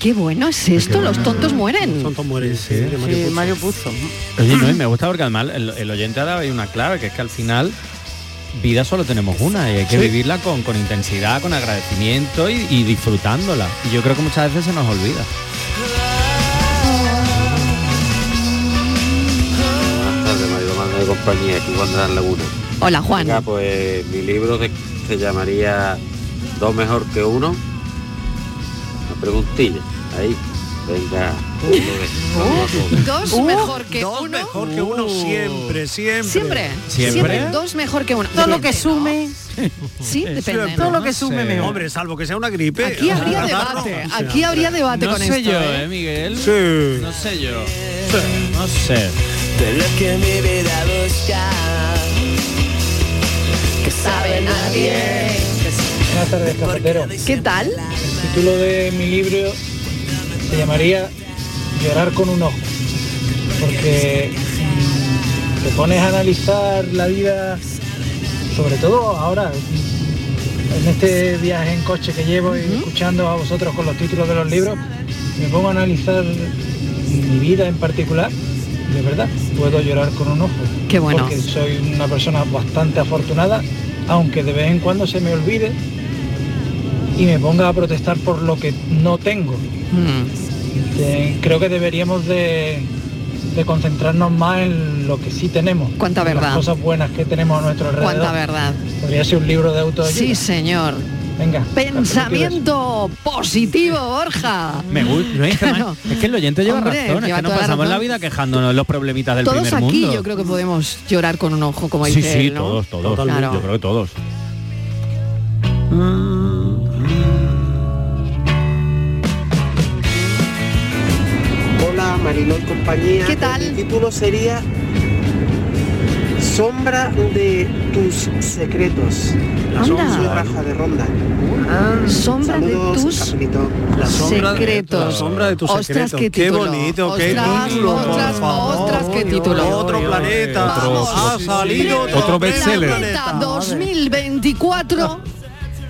[SPEAKER 2] Qué bueno es esto, los tontos mueren.
[SPEAKER 27] Sí, Mario Puzo.
[SPEAKER 6] Oye, no, y me gusta porque además el, el oyente ha dado ahí una clave, que es que al final vida solo tenemos una y hay que
[SPEAKER 29] Sí.
[SPEAKER 6] vivirla con, con intensidad, con agradecimiento y, y disfrutándola. Y yo creo que muchas veces se nos olvida.
[SPEAKER 32] Buenas tardes, Mario Mando de compañía, aquí Juan de las Laguna.
[SPEAKER 2] Hola, Juan.
[SPEAKER 32] Venga, pues mi libro de- se llamaría Dos mejor que uno. Una preguntilla, ahí. Venga,
[SPEAKER 2] Dos
[SPEAKER 8] Uh,
[SPEAKER 2] mejor que
[SPEAKER 8] dos
[SPEAKER 2] uno.
[SPEAKER 8] mejor que uno siempre, siempre.
[SPEAKER 2] Siempre.
[SPEAKER 8] Siempre.
[SPEAKER 2] Dos mejor que uno.
[SPEAKER 33] Todo lo que sume.
[SPEAKER 2] Sí, depende.
[SPEAKER 8] Siempre.
[SPEAKER 2] ¿no?
[SPEAKER 8] Hombre, salvo que sea una gripe.
[SPEAKER 2] Aquí habría
[SPEAKER 8] un catarro,
[SPEAKER 2] debate.
[SPEAKER 8] o sea,
[SPEAKER 2] Aquí habría debate
[SPEAKER 6] No
[SPEAKER 2] con
[SPEAKER 6] sé
[SPEAKER 2] esto.
[SPEAKER 6] yo,
[SPEAKER 2] ¿eh?
[SPEAKER 6] ¿eh, Miguel?
[SPEAKER 8] Sí.
[SPEAKER 6] No sé yo. No sé.
[SPEAKER 1] de lo que mi vida busca. Que sabe nadie.
[SPEAKER 3] Buenas tardes, cafetero.
[SPEAKER 2] ¿Qué tal?
[SPEAKER 3] El título de mi libro se llamaría Llorar con un ojo, porque mm, te pones a analizar la vida, sobre todo ahora, en este viaje en coche que llevo y escuchando a vosotros con los títulos de los libros, me pongo a analizar mi vida en particular. y De verdad, puedo llorar con un ojo.
[SPEAKER 2] Qué bueno.
[SPEAKER 3] Porque soy una persona bastante afortunada, aunque de vez en cuando se me olvide y me ponga a protestar por lo que no tengo. Eh, creo que deberíamos de, de concentrarnos más en lo que sí tenemos.
[SPEAKER 2] Cuánta
[SPEAKER 3] en
[SPEAKER 2] verdad.
[SPEAKER 3] Las cosas buenas que tenemos a nuestro alrededor.
[SPEAKER 2] Cuánta verdad.
[SPEAKER 3] Podría ser un libro de autoayuda.
[SPEAKER 2] Sí, señor.
[SPEAKER 3] Venga.
[SPEAKER 2] Pensamiento positivo, Borja.
[SPEAKER 6] Me gusta.
[SPEAKER 2] [LAUGHS]
[SPEAKER 6] No, es, que
[SPEAKER 2] Claro.
[SPEAKER 6] más- es que el oyente lleva
[SPEAKER 2] Hombre,
[SPEAKER 6] razón. Es
[SPEAKER 2] lleva
[SPEAKER 6] que nos
[SPEAKER 2] toda la
[SPEAKER 6] pasamos la
[SPEAKER 2] razón.
[SPEAKER 6] vida quejándonos de los problemitas del
[SPEAKER 2] todos
[SPEAKER 6] primer
[SPEAKER 2] aquí
[SPEAKER 6] mundo.
[SPEAKER 2] yo creo que podemos llorar con un ojo, como
[SPEAKER 6] sí,
[SPEAKER 2] dice
[SPEAKER 6] sí,
[SPEAKER 2] él, ¿no?
[SPEAKER 6] todos, todos.
[SPEAKER 2] Claro.
[SPEAKER 6] Yo creo que todos.
[SPEAKER 34] Hola, Mariló y compañía.
[SPEAKER 2] ¿Qué tal?
[SPEAKER 34] El título sería Sombra de tus secretos.
[SPEAKER 2] Anda. Ah.
[SPEAKER 34] Soy Rafa de Ronda.
[SPEAKER 2] Sombra de
[SPEAKER 34] Saludos,
[SPEAKER 2] tus
[SPEAKER 34] cafelito.
[SPEAKER 8] La sombra de-
[SPEAKER 2] secretos.
[SPEAKER 8] la sombra de tus
[SPEAKER 2] Ostras,
[SPEAKER 8] secretos.
[SPEAKER 2] qué
[SPEAKER 8] Qué
[SPEAKER 2] título.
[SPEAKER 8] bonito, qué
[SPEAKER 2] Ostras,
[SPEAKER 8] título. por
[SPEAKER 2] ostras,
[SPEAKER 8] favor.
[SPEAKER 2] ostras, qué título.
[SPEAKER 8] Otro planeta.
[SPEAKER 4] Otro-
[SPEAKER 8] ha salido
[SPEAKER 4] otro bestseller.
[SPEAKER 2] Planeta 2024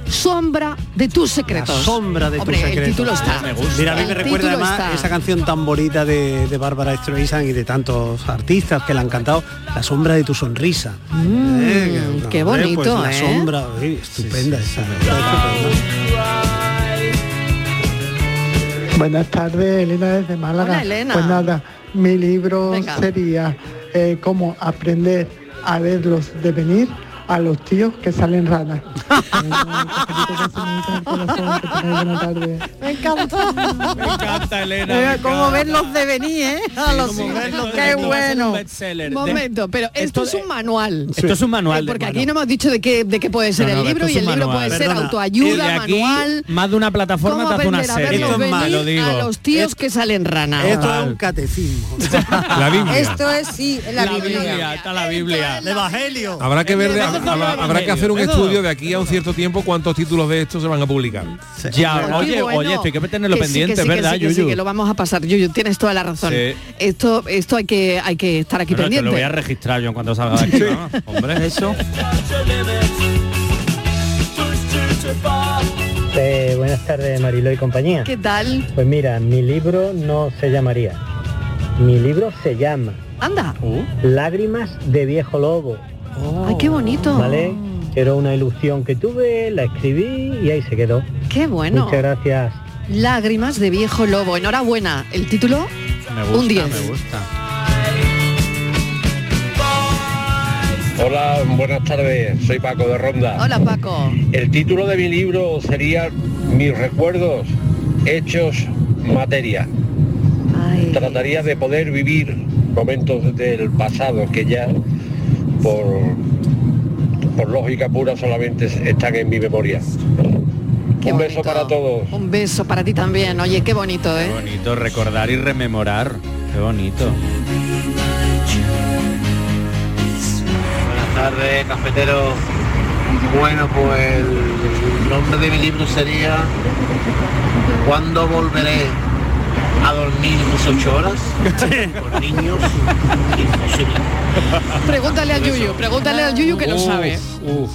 [SPEAKER 2] Sombra de tus
[SPEAKER 8] La
[SPEAKER 2] secretos.
[SPEAKER 8] sombra de
[SPEAKER 2] Hombre,
[SPEAKER 8] tus secretos.
[SPEAKER 2] El título está.
[SPEAKER 8] Mira, a mí me
[SPEAKER 2] El
[SPEAKER 8] recuerda
[SPEAKER 2] título
[SPEAKER 8] además
[SPEAKER 2] está.
[SPEAKER 8] esa canción tan bonita de, de Bárbara Streisand y de tantos artistas que la han cantado, La sombra de tu sonrisa.
[SPEAKER 2] Mm, qué
[SPEAKER 8] Hombre, eh, pues,
[SPEAKER 2] bonito,
[SPEAKER 8] la
[SPEAKER 2] ¿eh?
[SPEAKER 8] sombra, uy, estupenda esa.
[SPEAKER 35] Buenas tardes, Elena desde Málaga.
[SPEAKER 2] Hola, Elena.
[SPEAKER 35] Pues nada, mi libro
[SPEAKER 2] Venga.
[SPEAKER 35] sería eh, cómo aprender a verlos devenir a los tíos que salen
[SPEAKER 2] [LAUGHS]
[SPEAKER 35] raras.
[SPEAKER 33] Me encanta. Me
[SPEAKER 6] encanta, Elena.
[SPEAKER 33] Mira, cómo Eh, verlos de venir, ¿eh? [LAUGHS] A los
[SPEAKER 2] como
[SPEAKER 33] hijos.
[SPEAKER 2] verlos
[SPEAKER 33] Qué
[SPEAKER 2] devenir.
[SPEAKER 33] bueno.
[SPEAKER 6] Un bestseller.
[SPEAKER 2] Momento, pero esto, es un manual.
[SPEAKER 6] Esto es un manual de-
[SPEAKER 2] porque aquí no hemos dicho de qué, de qué puede ser
[SPEAKER 6] No, no,
[SPEAKER 2] el
[SPEAKER 6] esto
[SPEAKER 2] libro
[SPEAKER 6] es
[SPEAKER 2] y el
[SPEAKER 6] un
[SPEAKER 2] libro
[SPEAKER 6] manual.
[SPEAKER 2] puede ser
[SPEAKER 6] Perdona,
[SPEAKER 2] autoayuda,
[SPEAKER 6] el de aquí,
[SPEAKER 2] manual.
[SPEAKER 6] Más de una plataforma
[SPEAKER 2] ¿Cómo
[SPEAKER 6] te hace una
[SPEAKER 2] aprender a
[SPEAKER 6] serie.
[SPEAKER 2] verlos
[SPEAKER 6] te
[SPEAKER 2] venir
[SPEAKER 6] lo digo.
[SPEAKER 2] a los tíos que salen ranas?
[SPEAKER 6] Esto
[SPEAKER 2] [LAUGHS]
[SPEAKER 6] es
[SPEAKER 8] un catecismo.
[SPEAKER 4] La Biblia.
[SPEAKER 7] Esto es sí, es la, Biblia.
[SPEAKER 6] Está la Biblia.
[SPEAKER 8] El Evangelio.
[SPEAKER 4] Habrá que ver, habrá,
[SPEAKER 8] Empezamos por lo
[SPEAKER 4] habrá- habrá que hacer un
[SPEAKER 8] Evangelio.
[SPEAKER 4] estudio de aquí a un cierto tiempo cuántos títulos de estos se van a publicar.
[SPEAKER 6] Ya,
[SPEAKER 2] Pero qué
[SPEAKER 6] oye,
[SPEAKER 2] bueno.
[SPEAKER 6] oye, esto hay que tenerlo
[SPEAKER 2] Que sí,
[SPEAKER 6] pendiente,
[SPEAKER 2] que sí, que
[SPEAKER 6] ¿verdad,
[SPEAKER 2] sí, que sí,
[SPEAKER 6] Yuyu?
[SPEAKER 2] que lo vamos a pasar, Yuyu, tienes toda la razón.
[SPEAKER 6] Sí.
[SPEAKER 2] Esto, esto hay que, hay que estar aquí
[SPEAKER 6] Bueno, esto lo voy a
[SPEAKER 2] pendiente.
[SPEAKER 6] registrar yo en cuanto salga de aquí. ¿no? Hombre, eso.
[SPEAKER 9] Eh, buenas tardes, Mariló y compañía.
[SPEAKER 2] ¿Qué tal?
[SPEAKER 9] Pues mira, mi libro no se llamaría. Mi libro se llama
[SPEAKER 2] Anda.
[SPEAKER 9] Lágrimas de viejo lobo.
[SPEAKER 2] Oh. Ay, qué bonito.
[SPEAKER 9] ¿Vale? Era una ilusión que tuve, la escribí y ahí se quedó.
[SPEAKER 2] Qué bueno.
[SPEAKER 9] Muchas gracias.
[SPEAKER 2] Lágrimas de viejo lobo. Enhorabuena. El título, un 10.
[SPEAKER 21] Hola, buenas tardes. Soy Paco de Ronda.
[SPEAKER 2] Hola, Paco.
[SPEAKER 21] El título de mi libro sería Mis recuerdos hechos materia. Trataría de poder vivir momentos del pasado que ya por, por lógica pura solamente están en mi memoria. Un beso para todos.
[SPEAKER 2] Un beso para ti también. Oye, qué bonito, ¿eh?
[SPEAKER 6] Qué bonito recordar y rememorar. Qué bonito.
[SPEAKER 36] Buenas tardes, cafetero. Bueno, pues el nombre de mi libro sería ¿Cuándo volveré a dormir mis ocho horas? Con niños, imposible.
[SPEAKER 2] Pregúntale al Yuyu, pregúntale al Yuyu que lo
[SPEAKER 4] Uf,
[SPEAKER 2] sabe.
[SPEAKER 4] uf.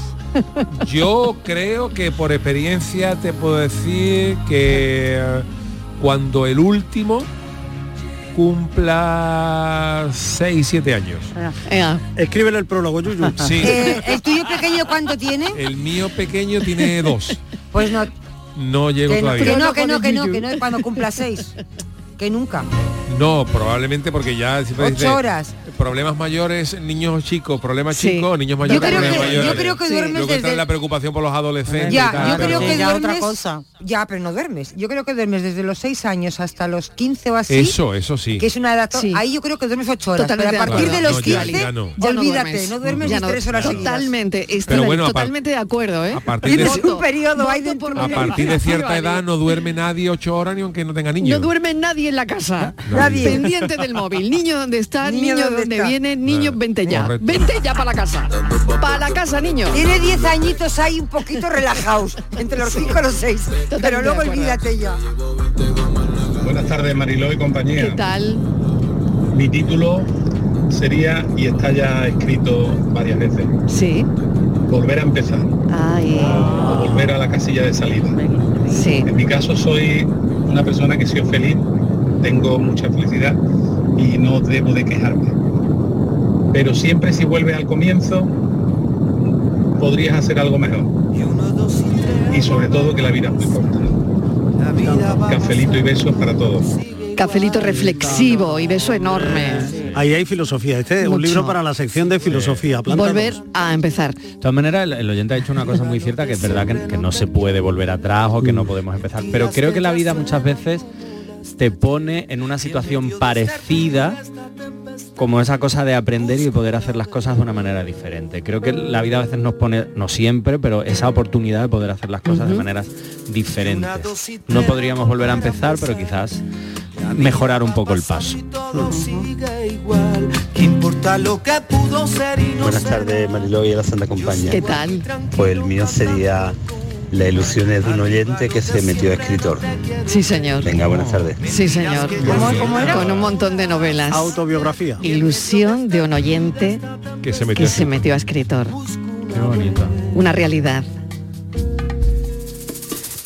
[SPEAKER 4] Yo creo que por experiencia te puedo decir que eh, cuando el último cumpla 6, 7 años.
[SPEAKER 7] Ah.
[SPEAKER 8] Escríbele el prólogo, Yuyu.
[SPEAKER 6] [LAUGHS]
[SPEAKER 4] Sí.
[SPEAKER 7] Eh, ¿El tuyo pequeño cuánto tiene?
[SPEAKER 4] El mío pequeño tiene dos.
[SPEAKER 7] Pues no.
[SPEAKER 4] No Eh, llego
[SPEAKER 7] Que no,
[SPEAKER 4] todavía.
[SPEAKER 7] que no, que no, que no, que no, cuando cumpla seis. Que nunca.
[SPEAKER 5] No, probablemente porque ya siempre
[SPEAKER 4] Pues
[SPEAKER 7] Ocho
[SPEAKER 5] dice,
[SPEAKER 7] horas.
[SPEAKER 5] Problemas mayores, niños chicos, problemas
[SPEAKER 7] Sí.
[SPEAKER 5] chicos, niños mayores,
[SPEAKER 7] creo
[SPEAKER 5] problemas
[SPEAKER 7] que- yo
[SPEAKER 5] mayores.
[SPEAKER 7] creo que duermes
[SPEAKER 5] Luego está
[SPEAKER 7] desde-
[SPEAKER 5] la preocupación por los adolescentes. y
[SPEAKER 7] Ya,
[SPEAKER 5] tal,
[SPEAKER 7] yo creo
[SPEAKER 5] pero-
[SPEAKER 7] que
[SPEAKER 37] ya
[SPEAKER 7] duermes,
[SPEAKER 37] otra cosa.
[SPEAKER 7] Ya, pero no duermes. Yo creo que duermes desde los 6 años hasta los 15 o así.
[SPEAKER 5] Eso, eso sí.
[SPEAKER 7] Que es una edad... to-
[SPEAKER 2] Sí.
[SPEAKER 7] Ahí yo creo que duermes 8 horas.
[SPEAKER 2] Totalmente
[SPEAKER 7] pero a
[SPEAKER 5] de
[SPEAKER 7] partir de
[SPEAKER 5] acuerdo.
[SPEAKER 7] los
[SPEAKER 5] No, ya,
[SPEAKER 7] 15,
[SPEAKER 5] ya no.
[SPEAKER 2] Ya no
[SPEAKER 7] olvídate, no duermes
[SPEAKER 2] Ya
[SPEAKER 7] ni
[SPEAKER 2] no-
[SPEAKER 7] 3 horas seguidas.
[SPEAKER 2] Totalmente, estoy
[SPEAKER 5] Pero bueno, a par-
[SPEAKER 2] totalmente de acuerdo, ¿eh?
[SPEAKER 5] a partir de- Tienes
[SPEAKER 7] un periodo ahí de
[SPEAKER 5] A partir de cierta edad no duerme nadie ocho horas ni aunque no tenga
[SPEAKER 2] No
[SPEAKER 5] niños.
[SPEAKER 2] duerme nadie en la casa.
[SPEAKER 5] Nadie.
[SPEAKER 2] Pendiente del móvil. Niño dónde está, niño, dónde, viene, niño, vente ya.
[SPEAKER 5] Correcto.
[SPEAKER 2] Vente ya para la casa. Para la casa, niño.
[SPEAKER 7] Tiene 10 añitos ahí un poquito relajados, entre los 5 y los 6. Pero luego
[SPEAKER 2] de acuerdo.
[SPEAKER 7] olvídate ya.
[SPEAKER 4] Buenas tardes, Mariló y compañía.
[SPEAKER 2] ¿Qué tal?
[SPEAKER 4] Mi título sería, y está ya escrito varias veces,
[SPEAKER 2] Sí.
[SPEAKER 4] volver a empezar,
[SPEAKER 2] Ay,
[SPEAKER 4] o volver a la casilla de salida.
[SPEAKER 2] sí.
[SPEAKER 4] En mi caso soy una persona que soy feliz, tengo mucha felicidad y no debo de quejarme. Pero siempre si vuelves al comienzo, podrías hacer algo mejor. Y sobre todo que la vida es muy corta. Cafelito y besos para todos.
[SPEAKER 2] Cafelito reflexivo y beso enorme.
[SPEAKER 8] Ahí hay filosofía. Este es un
[SPEAKER 2] Mucho.
[SPEAKER 8] libro para la sección de filosofía. Plántanos.
[SPEAKER 2] Volver a empezar.
[SPEAKER 6] De todas maneras, el, el oyente ha hecho una cosa muy cierta, que es verdad que, que no se puede volver atrás o que no podemos empezar. Pero creo que la vida muchas veces te pone en una situación parecida como esa cosa de aprender y poder hacer las cosas de una manera diferente. Creo que la vida a veces nos pone, no siempre, pero esa oportunidad de poder hacer las cosas de
[SPEAKER 1] Ujú.
[SPEAKER 6] maneras diferentes. No podríamos volver a empezar, pero quizás mejorar un poco el paso.
[SPEAKER 1] Todo siga igual. ¿Qué importa lo que pudo ser y no
[SPEAKER 9] Buenas
[SPEAKER 1] ser?
[SPEAKER 9] tardes, Mariló y a la Santa Compañía.
[SPEAKER 1] ¿Qué tal?
[SPEAKER 9] Pues el mío sería las ilusiones de un oyente que se metió a escritor.
[SPEAKER 2] Sí, señor.
[SPEAKER 9] Venga, buenas tardes.
[SPEAKER 2] Sí, señor.
[SPEAKER 9] ¿Cómo- cómo era?
[SPEAKER 2] Con un montón de novelas.
[SPEAKER 8] Autobiografía.
[SPEAKER 2] Ilusión de un oyente
[SPEAKER 5] Que se metió
[SPEAKER 2] que
[SPEAKER 5] a
[SPEAKER 2] se metió a escritor.
[SPEAKER 6] Qué bonito.
[SPEAKER 2] Una realidad.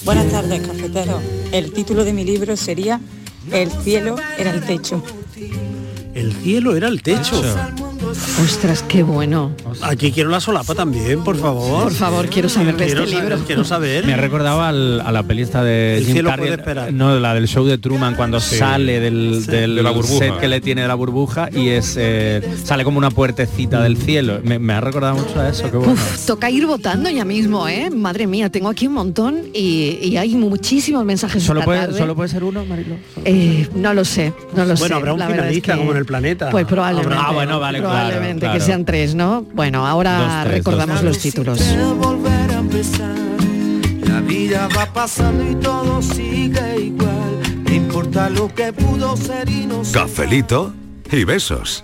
[SPEAKER 13] Buenas tardes, cafetero. El título de mi libro sería El cielo era el techo.
[SPEAKER 8] El cielo era el techo.
[SPEAKER 2] Ostras, qué bueno.
[SPEAKER 8] Aquí quiero la solapa también, por favor.
[SPEAKER 2] Por favor, quiero saber de
[SPEAKER 8] Quiero
[SPEAKER 2] este
[SPEAKER 8] saber,
[SPEAKER 2] libro.
[SPEAKER 8] Quiero saber.
[SPEAKER 6] Me ha recordado al- a la pelista de
[SPEAKER 8] El
[SPEAKER 6] Jim
[SPEAKER 8] cielo
[SPEAKER 6] Carrey,
[SPEAKER 8] puede esperar.
[SPEAKER 6] no, la del show de Truman cuando sale del, del
[SPEAKER 5] De la burbuja.
[SPEAKER 6] set que le tiene de la burbuja y es eh, sale como una puertecita del cielo. Me, me ha recordado mucho a eso, qué bueno.
[SPEAKER 2] Uf, toca ir votando ya mismo, ¿eh? Madre mía, tengo aquí un montón y, y hay muchísimos mensajes.
[SPEAKER 6] Solo
[SPEAKER 2] esta
[SPEAKER 6] puede,
[SPEAKER 2] tarde.
[SPEAKER 6] solo puede ser uno, Marilo.
[SPEAKER 2] Eh, no lo sé, no lo
[SPEAKER 6] Bueno,
[SPEAKER 2] sé.
[SPEAKER 6] habrá un
[SPEAKER 2] la verdad es
[SPEAKER 6] finalista
[SPEAKER 2] que-
[SPEAKER 6] como en El Planeta.
[SPEAKER 2] Pues probablemente.
[SPEAKER 6] Habrá- Ah, bueno, vale, claro,
[SPEAKER 2] probablemente
[SPEAKER 6] claro.
[SPEAKER 2] que sean tres, ¿no? Bueno, ahora
[SPEAKER 6] Dos, tres,
[SPEAKER 2] recordamos
[SPEAKER 6] dos,
[SPEAKER 2] los
[SPEAKER 6] tres.
[SPEAKER 2] títulos.
[SPEAKER 1] Volver a empezar. La vida va pasando y todo sigue igual. ¿Qué importa lo que pudo ser y no ser?
[SPEAKER 21] Cafelito y besos.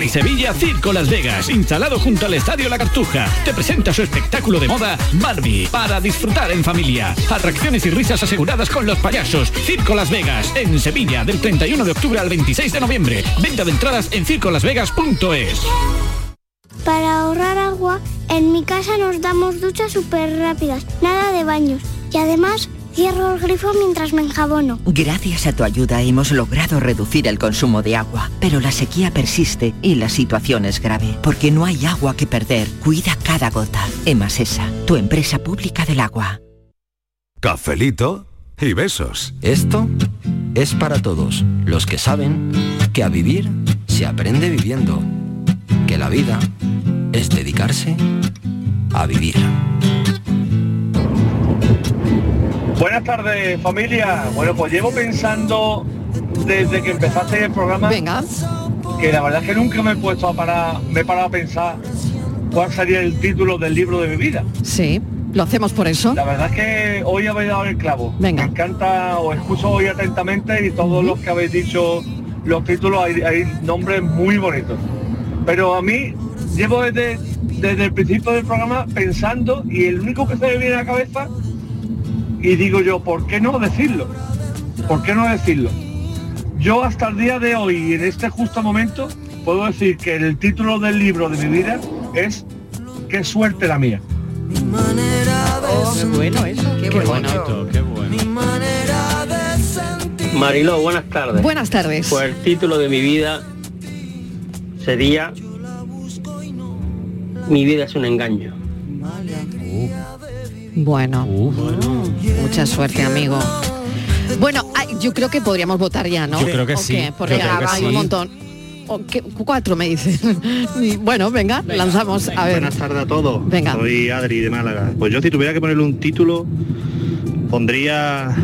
[SPEAKER 21] En Sevilla, Circo Las Vegas, instalado junto al Estadio La Cartuja, te presenta su espectáculo de moda, Barbie, para disfrutar en familia. Atracciones y risas aseguradas con los payasos. Circo Las Vegas, en Sevilla, del 31 de octubre al 26 de noviembre. Venta de entradas en circolasvegas.es.
[SPEAKER 26] Para ahorrar agua, en mi casa nos damos duchas súper rápidas, nada de baños. Y además, cierro el grifo mientras me enjabono.
[SPEAKER 7] Gracias a tu ayuda hemos logrado reducir el consumo de agua, pero la sequía persiste y la situación es grave, porque no hay agua que perder. Cuida cada gota. Emasesa, tu empresa pública del agua.
[SPEAKER 38] Cafelito y besos. Esto es para todos los que saben que a vivir se aprende viviendo, que la vida es dedicarse a vivir.
[SPEAKER 31] Buenas tardes, familia. Bueno, pues llevo pensando desde que empezaste el programa. Que la verdad es que nunca me he puesto a parar, me he parado a pensar cuál sería el título del libro de mi vida.
[SPEAKER 2] Sí, lo hacemos por eso.
[SPEAKER 31] La verdad es que hoy habéis dado el clavo. Me encanta, os escucho hoy atentamente y todos los que habéis dicho los títulos, hay, hay nombres muy bonitos. Pero a mí, llevo desde, desde el principio del programa pensando y el único que se me viene a la cabeza y digo yo, ¿por qué no decirlo? ¿Por qué no decirlo? Yo hasta el día de hoy, en este justo momento, puedo decir que el título del libro de mi vida es Qué suerte la mía.
[SPEAKER 39] qué bueno eso. Qué, bueno.
[SPEAKER 6] qué bueno.
[SPEAKER 40] Mariló, buenas tardes.
[SPEAKER 2] Buenas tardes.
[SPEAKER 40] Pues el título de mi vida sería Mi vida es un engaño.
[SPEAKER 2] Bueno, mucha suerte, amigo. Bueno, ay, yo creo que podríamos votar ya, ¿no?
[SPEAKER 6] Yo creo que
[SPEAKER 2] ¿O
[SPEAKER 6] sí,
[SPEAKER 2] qué?
[SPEAKER 6] yo
[SPEAKER 2] Porque
[SPEAKER 6] creo que
[SPEAKER 2] ahora hay
[SPEAKER 6] sí.
[SPEAKER 2] un montón. ¿O qué? Cuatro me dicen. [LAUGHS] Y bueno, venga, lanzamos. A ver.
[SPEAKER 41] Buenas tardes a todos.
[SPEAKER 2] Venga.
[SPEAKER 41] Soy Adri de Málaga. Pues yo si tuviera que ponerle un título, pondría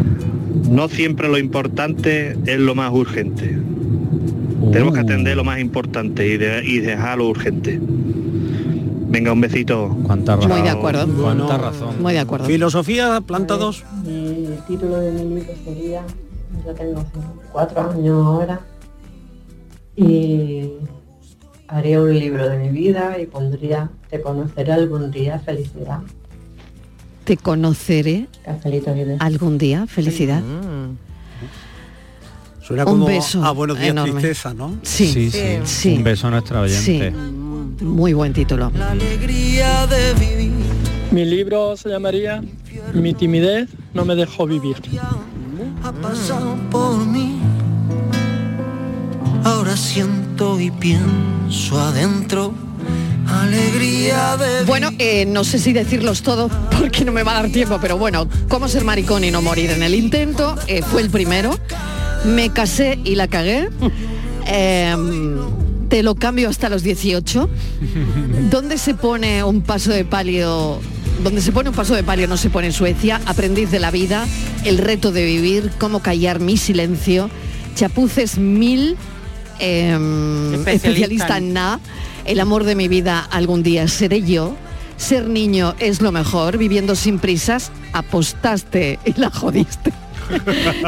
[SPEAKER 41] no siempre lo importante es lo más urgente. Tenemos que atender lo más importante y, de- y dejar lo urgente. Venga, un besito.
[SPEAKER 6] Cuánta
[SPEAKER 2] Muy de acuerdo.
[SPEAKER 41] Cuánta
[SPEAKER 2] razón. Muy de acuerdo.
[SPEAKER 8] Filosofía, planta 2.
[SPEAKER 9] El título de mi libro sería, yo tengo 54 años ahora, y haría un libro de mi vida y pondría, te conoceré algún día, felicidad.
[SPEAKER 2] Te conoceré algún día. Felicidad.
[SPEAKER 8] Mm. Suena
[SPEAKER 2] Un
[SPEAKER 8] como
[SPEAKER 2] beso
[SPEAKER 8] a buenos días
[SPEAKER 2] enorme.
[SPEAKER 8] tristeza, ¿no?
[SPEAKER 2] Sí, sí, sí.
[SPEAKER 6] Un beso a nuestra oyente.
[SPEAKER 2] Sí. Muy buen título.
[SPEAKER 3] Mi libro se llamaría Mi timidez no me dejó vivir.
[SPEAKER 1] ha pasado por mí. Ahora siento y
[SPEAKER 6] [LAUGHS]
[SPEAKER 1] pienso adentro alegría de
[SPEAKER 2] Bueno, eh, no sé si decirlos todos porque no me va a dar tiempo, pero bueno, cómo ser maricón y no morir en el intento eh, fue el primero. Me casé y la
[SPEAKER 8] [LAUGHS]
[SPEAKER 2] cagué. Em, te lo cambio hasta los 18. ¿Dónde se pone un paso de palio? Donde se pone un paso de palio no se pone en Suecia. Aprendiz de la vida, el reto de vivir, cómo callar mi silencio, chapuces mil, em,
[SPEAKER 39] Especialista
[SPEAKER 2] especialista
[SPEAKER 39] en-
[SPEAKER 2] en nada, el amor de mi vida algún día seré yo. Ser niño es lo mejor, viviendo sin prisas, apostaste y
[SPEAKER 39] [LAUGHS]
[SPEAKER 2] la jodiste.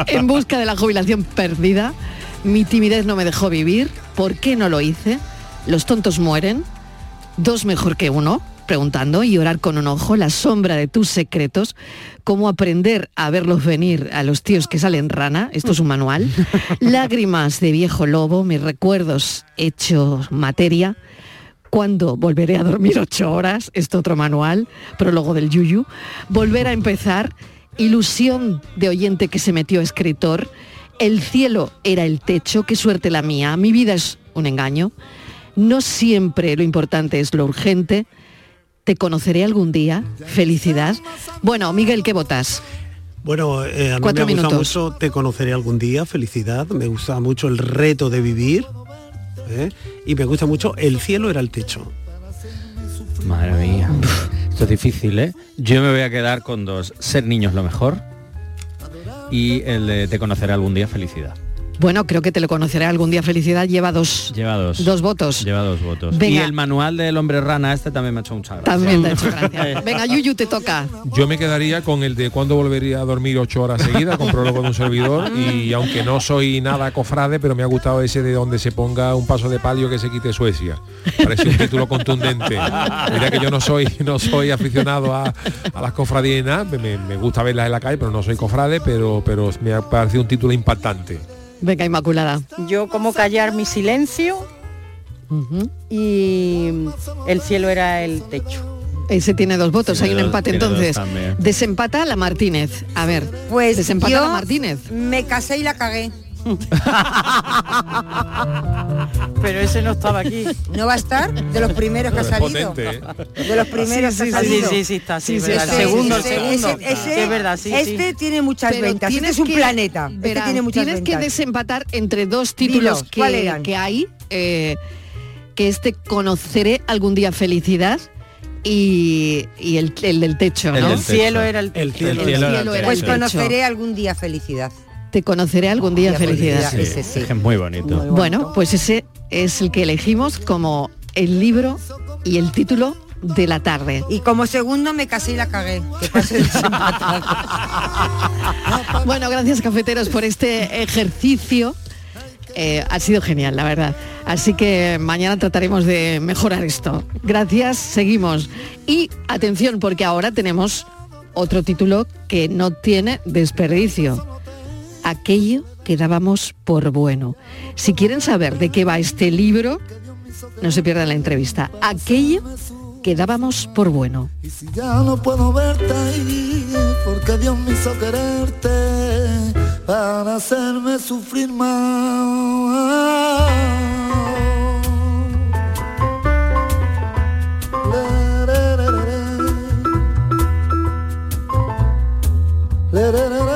[SPEAKER 2] en busca de la jubilación perdida, mi timidez no me dejó vivir, ¿por qué no lo hice? Los tontos mueren, dos mejor que uno, preguntando y orar con un ojo, la sombra de tus secretos, cómo aprender a verlos venir a los tíos que salen rana, esto es un manual, lágrimas de viejo lobo, mis recuerdos hechos materia, cuándo volveré a dormir ocho horas, esto otro manual, prólogo del Yuyu, volver a empezar, ilusión de oyente que se metió a escritor, el cielo era el techo, qué suerte la mía, mi vida es un engaño, no siempre lo importante es lo urgente, Te conoceré algún día. Felicidad. Bueno, Miguel, ¿qué votas?
[SPEAKER 8] Bueno, eh, a mí
[SPEAKER 2] Cuatro
[SPEAKER 8] me gusta
[SPEAKER 2] minutos.
[SPEAKER 8] mucho Te conoceré algún día, felicidad. Me gusta mucho el reto de vivir. ¿eh? Y me gusta mucho El cielo era el techo.
[SPEAKER 6] Madre mía. Esto es difícil, ¿eh? Yo me voy a quedar con dos. Ser niño es lo mejor. Y el de te conoceré algún día felicidad.
[SPEAKER 2] Bueno, creo que te lo conoceré algún día. Felicidad lleva dos.
[SPEAKER 6] Lleva dos.
[SPEAKER 2] Dos votos.
[SPEAKER 6] Lleva dos votos. Y
[SPEAKER 2] Venga.
[SPEAKER 6] el manual del hombre rana este también me ha hecho mucha gracia.
[SPEAKER 2] También te ha hecho
[SPEAKER 6] [LAUGHS]
[SPEAKER 2] gracia. Venga, Yuyu, te toca.
[SPEAKER 4] Yo me quedaría con el de cuándo volvería a dormir ocho horas seguidas, con prólogo de un servidor, y aunque no soy nada cofrade, pero me ha gustado ese de donde se ponga un paso de palio que se quite Suecia. Parece un título contundente. Mira que yo no soy, no soy aficionado a, a las cofradías ni nada, me, me gusta verlas en la calle, pero no soy cofrade, pero, pero me ha parecido un título impactante.
[SPEAKER 2] Venga, Inmaculada.
[SPEAKER 5] Yo como callar mi silencio y el cielo era el techo.
[SPEAKER 2] Ese tiene dos votos,
[SPEAKER 5] Tiene
[SPEAKER 2] hay un
[SPEAKER 5] dos-
[SPEAKER 2] empate
[SPEAKER 5] tiene dos
[SPEAKER 2] entonces.
[SPEAKER 5] también.
[SPEAKER 2] Desempata la Martínez. A ver,
[SPEAKER 16] Pues
[SPEAKER 2] desempata
[SPEAKER 16] yo
[SPEAKER 2] la Martínez.
[SPEAKER 16] Me casé y la cagué.
[SPEAKER 5] [LAUGHS] Pero ese no estaba aquí.
[SPEAKER 16] No va a estar de los primeros que ha salido. De los primeros
[SPEAKER 5] Sí,
[SPEAKER 16] que
[SPEAKER 5] sí,
[SPEAKER 16] ha salido.
[SPEAKER 5] sí, sí, sí, está, sí, verdad. El segundo, el segundo.
[SPEAKER 16] ese-
[SPEAKER 5] Sí, es verdad, sí,
[SPEAKER 16] Este
[SPEAKER 5] sí.
[SPEAKER 16] tiene muchas
[SPEAKER 2] Pero
[SPEAKER 16] ventas. Este
[SPEAKER 2] tienes
[SPEAKER 16] es un
[SPEAKER 2] que-
[SPEAKER 16] planeta. Este
[SPEAKER 2] Verán,
[SPEAKER 16] tiene muchas
[SPEAKER 2] tienes que
[SPEAKER 16] ventas.
[SPEAKER 2] desempatar entre dos títulos
[SPEAKER 16] Dinos, ¿cuál
[SPEAKER 2] que,
[SPEAKER 16] eran?
[SPEAKER 2] que hay, eh, que este conoceré algún día felicidad y, y el, el del techo,
[SPEAKER 6] El
[SPEAKER 2] ¿no?
[SPEAKER 6] del techo. cielo era el- El cielo el cielo era el era el
[SPEAKER 16] Pues
[SPEAKER 6] techo.
[SPEAKER 16] conoceré algún día felicidad.
[SPEAKER 2] Te conoceré algún día felicidad.
[SPEAKER 6] Sí, es que es muy bonito.
[SPEAKER 2] Bueno, pues ese es el que elegimos como el libro y el título de la tarde.
[SPEAKER 16] Y como segundo me casé y la cagué. Que pase [LAUGHS]
[SPEAKER 2] Bueno, gracias cafeteros por este ejercicio. Eh, ha sido genial, la verdad. Así que mañana trataremos de mejorar esto. Gracias, seguimos. Y atención, porque ahora tenemos otro título que no tiene desperdicio. Aquello que dábamos por bueno. Si quieren saber de qué va este libro, no se pierdan la entrevista. Aquello que dábamos por bueno.
[SPEAKER 1] Y si ya no puedo verte ahí, porque Dios me hizo quererte para hacerme sufrir más. La, la, la, la, la. La, la, la, la.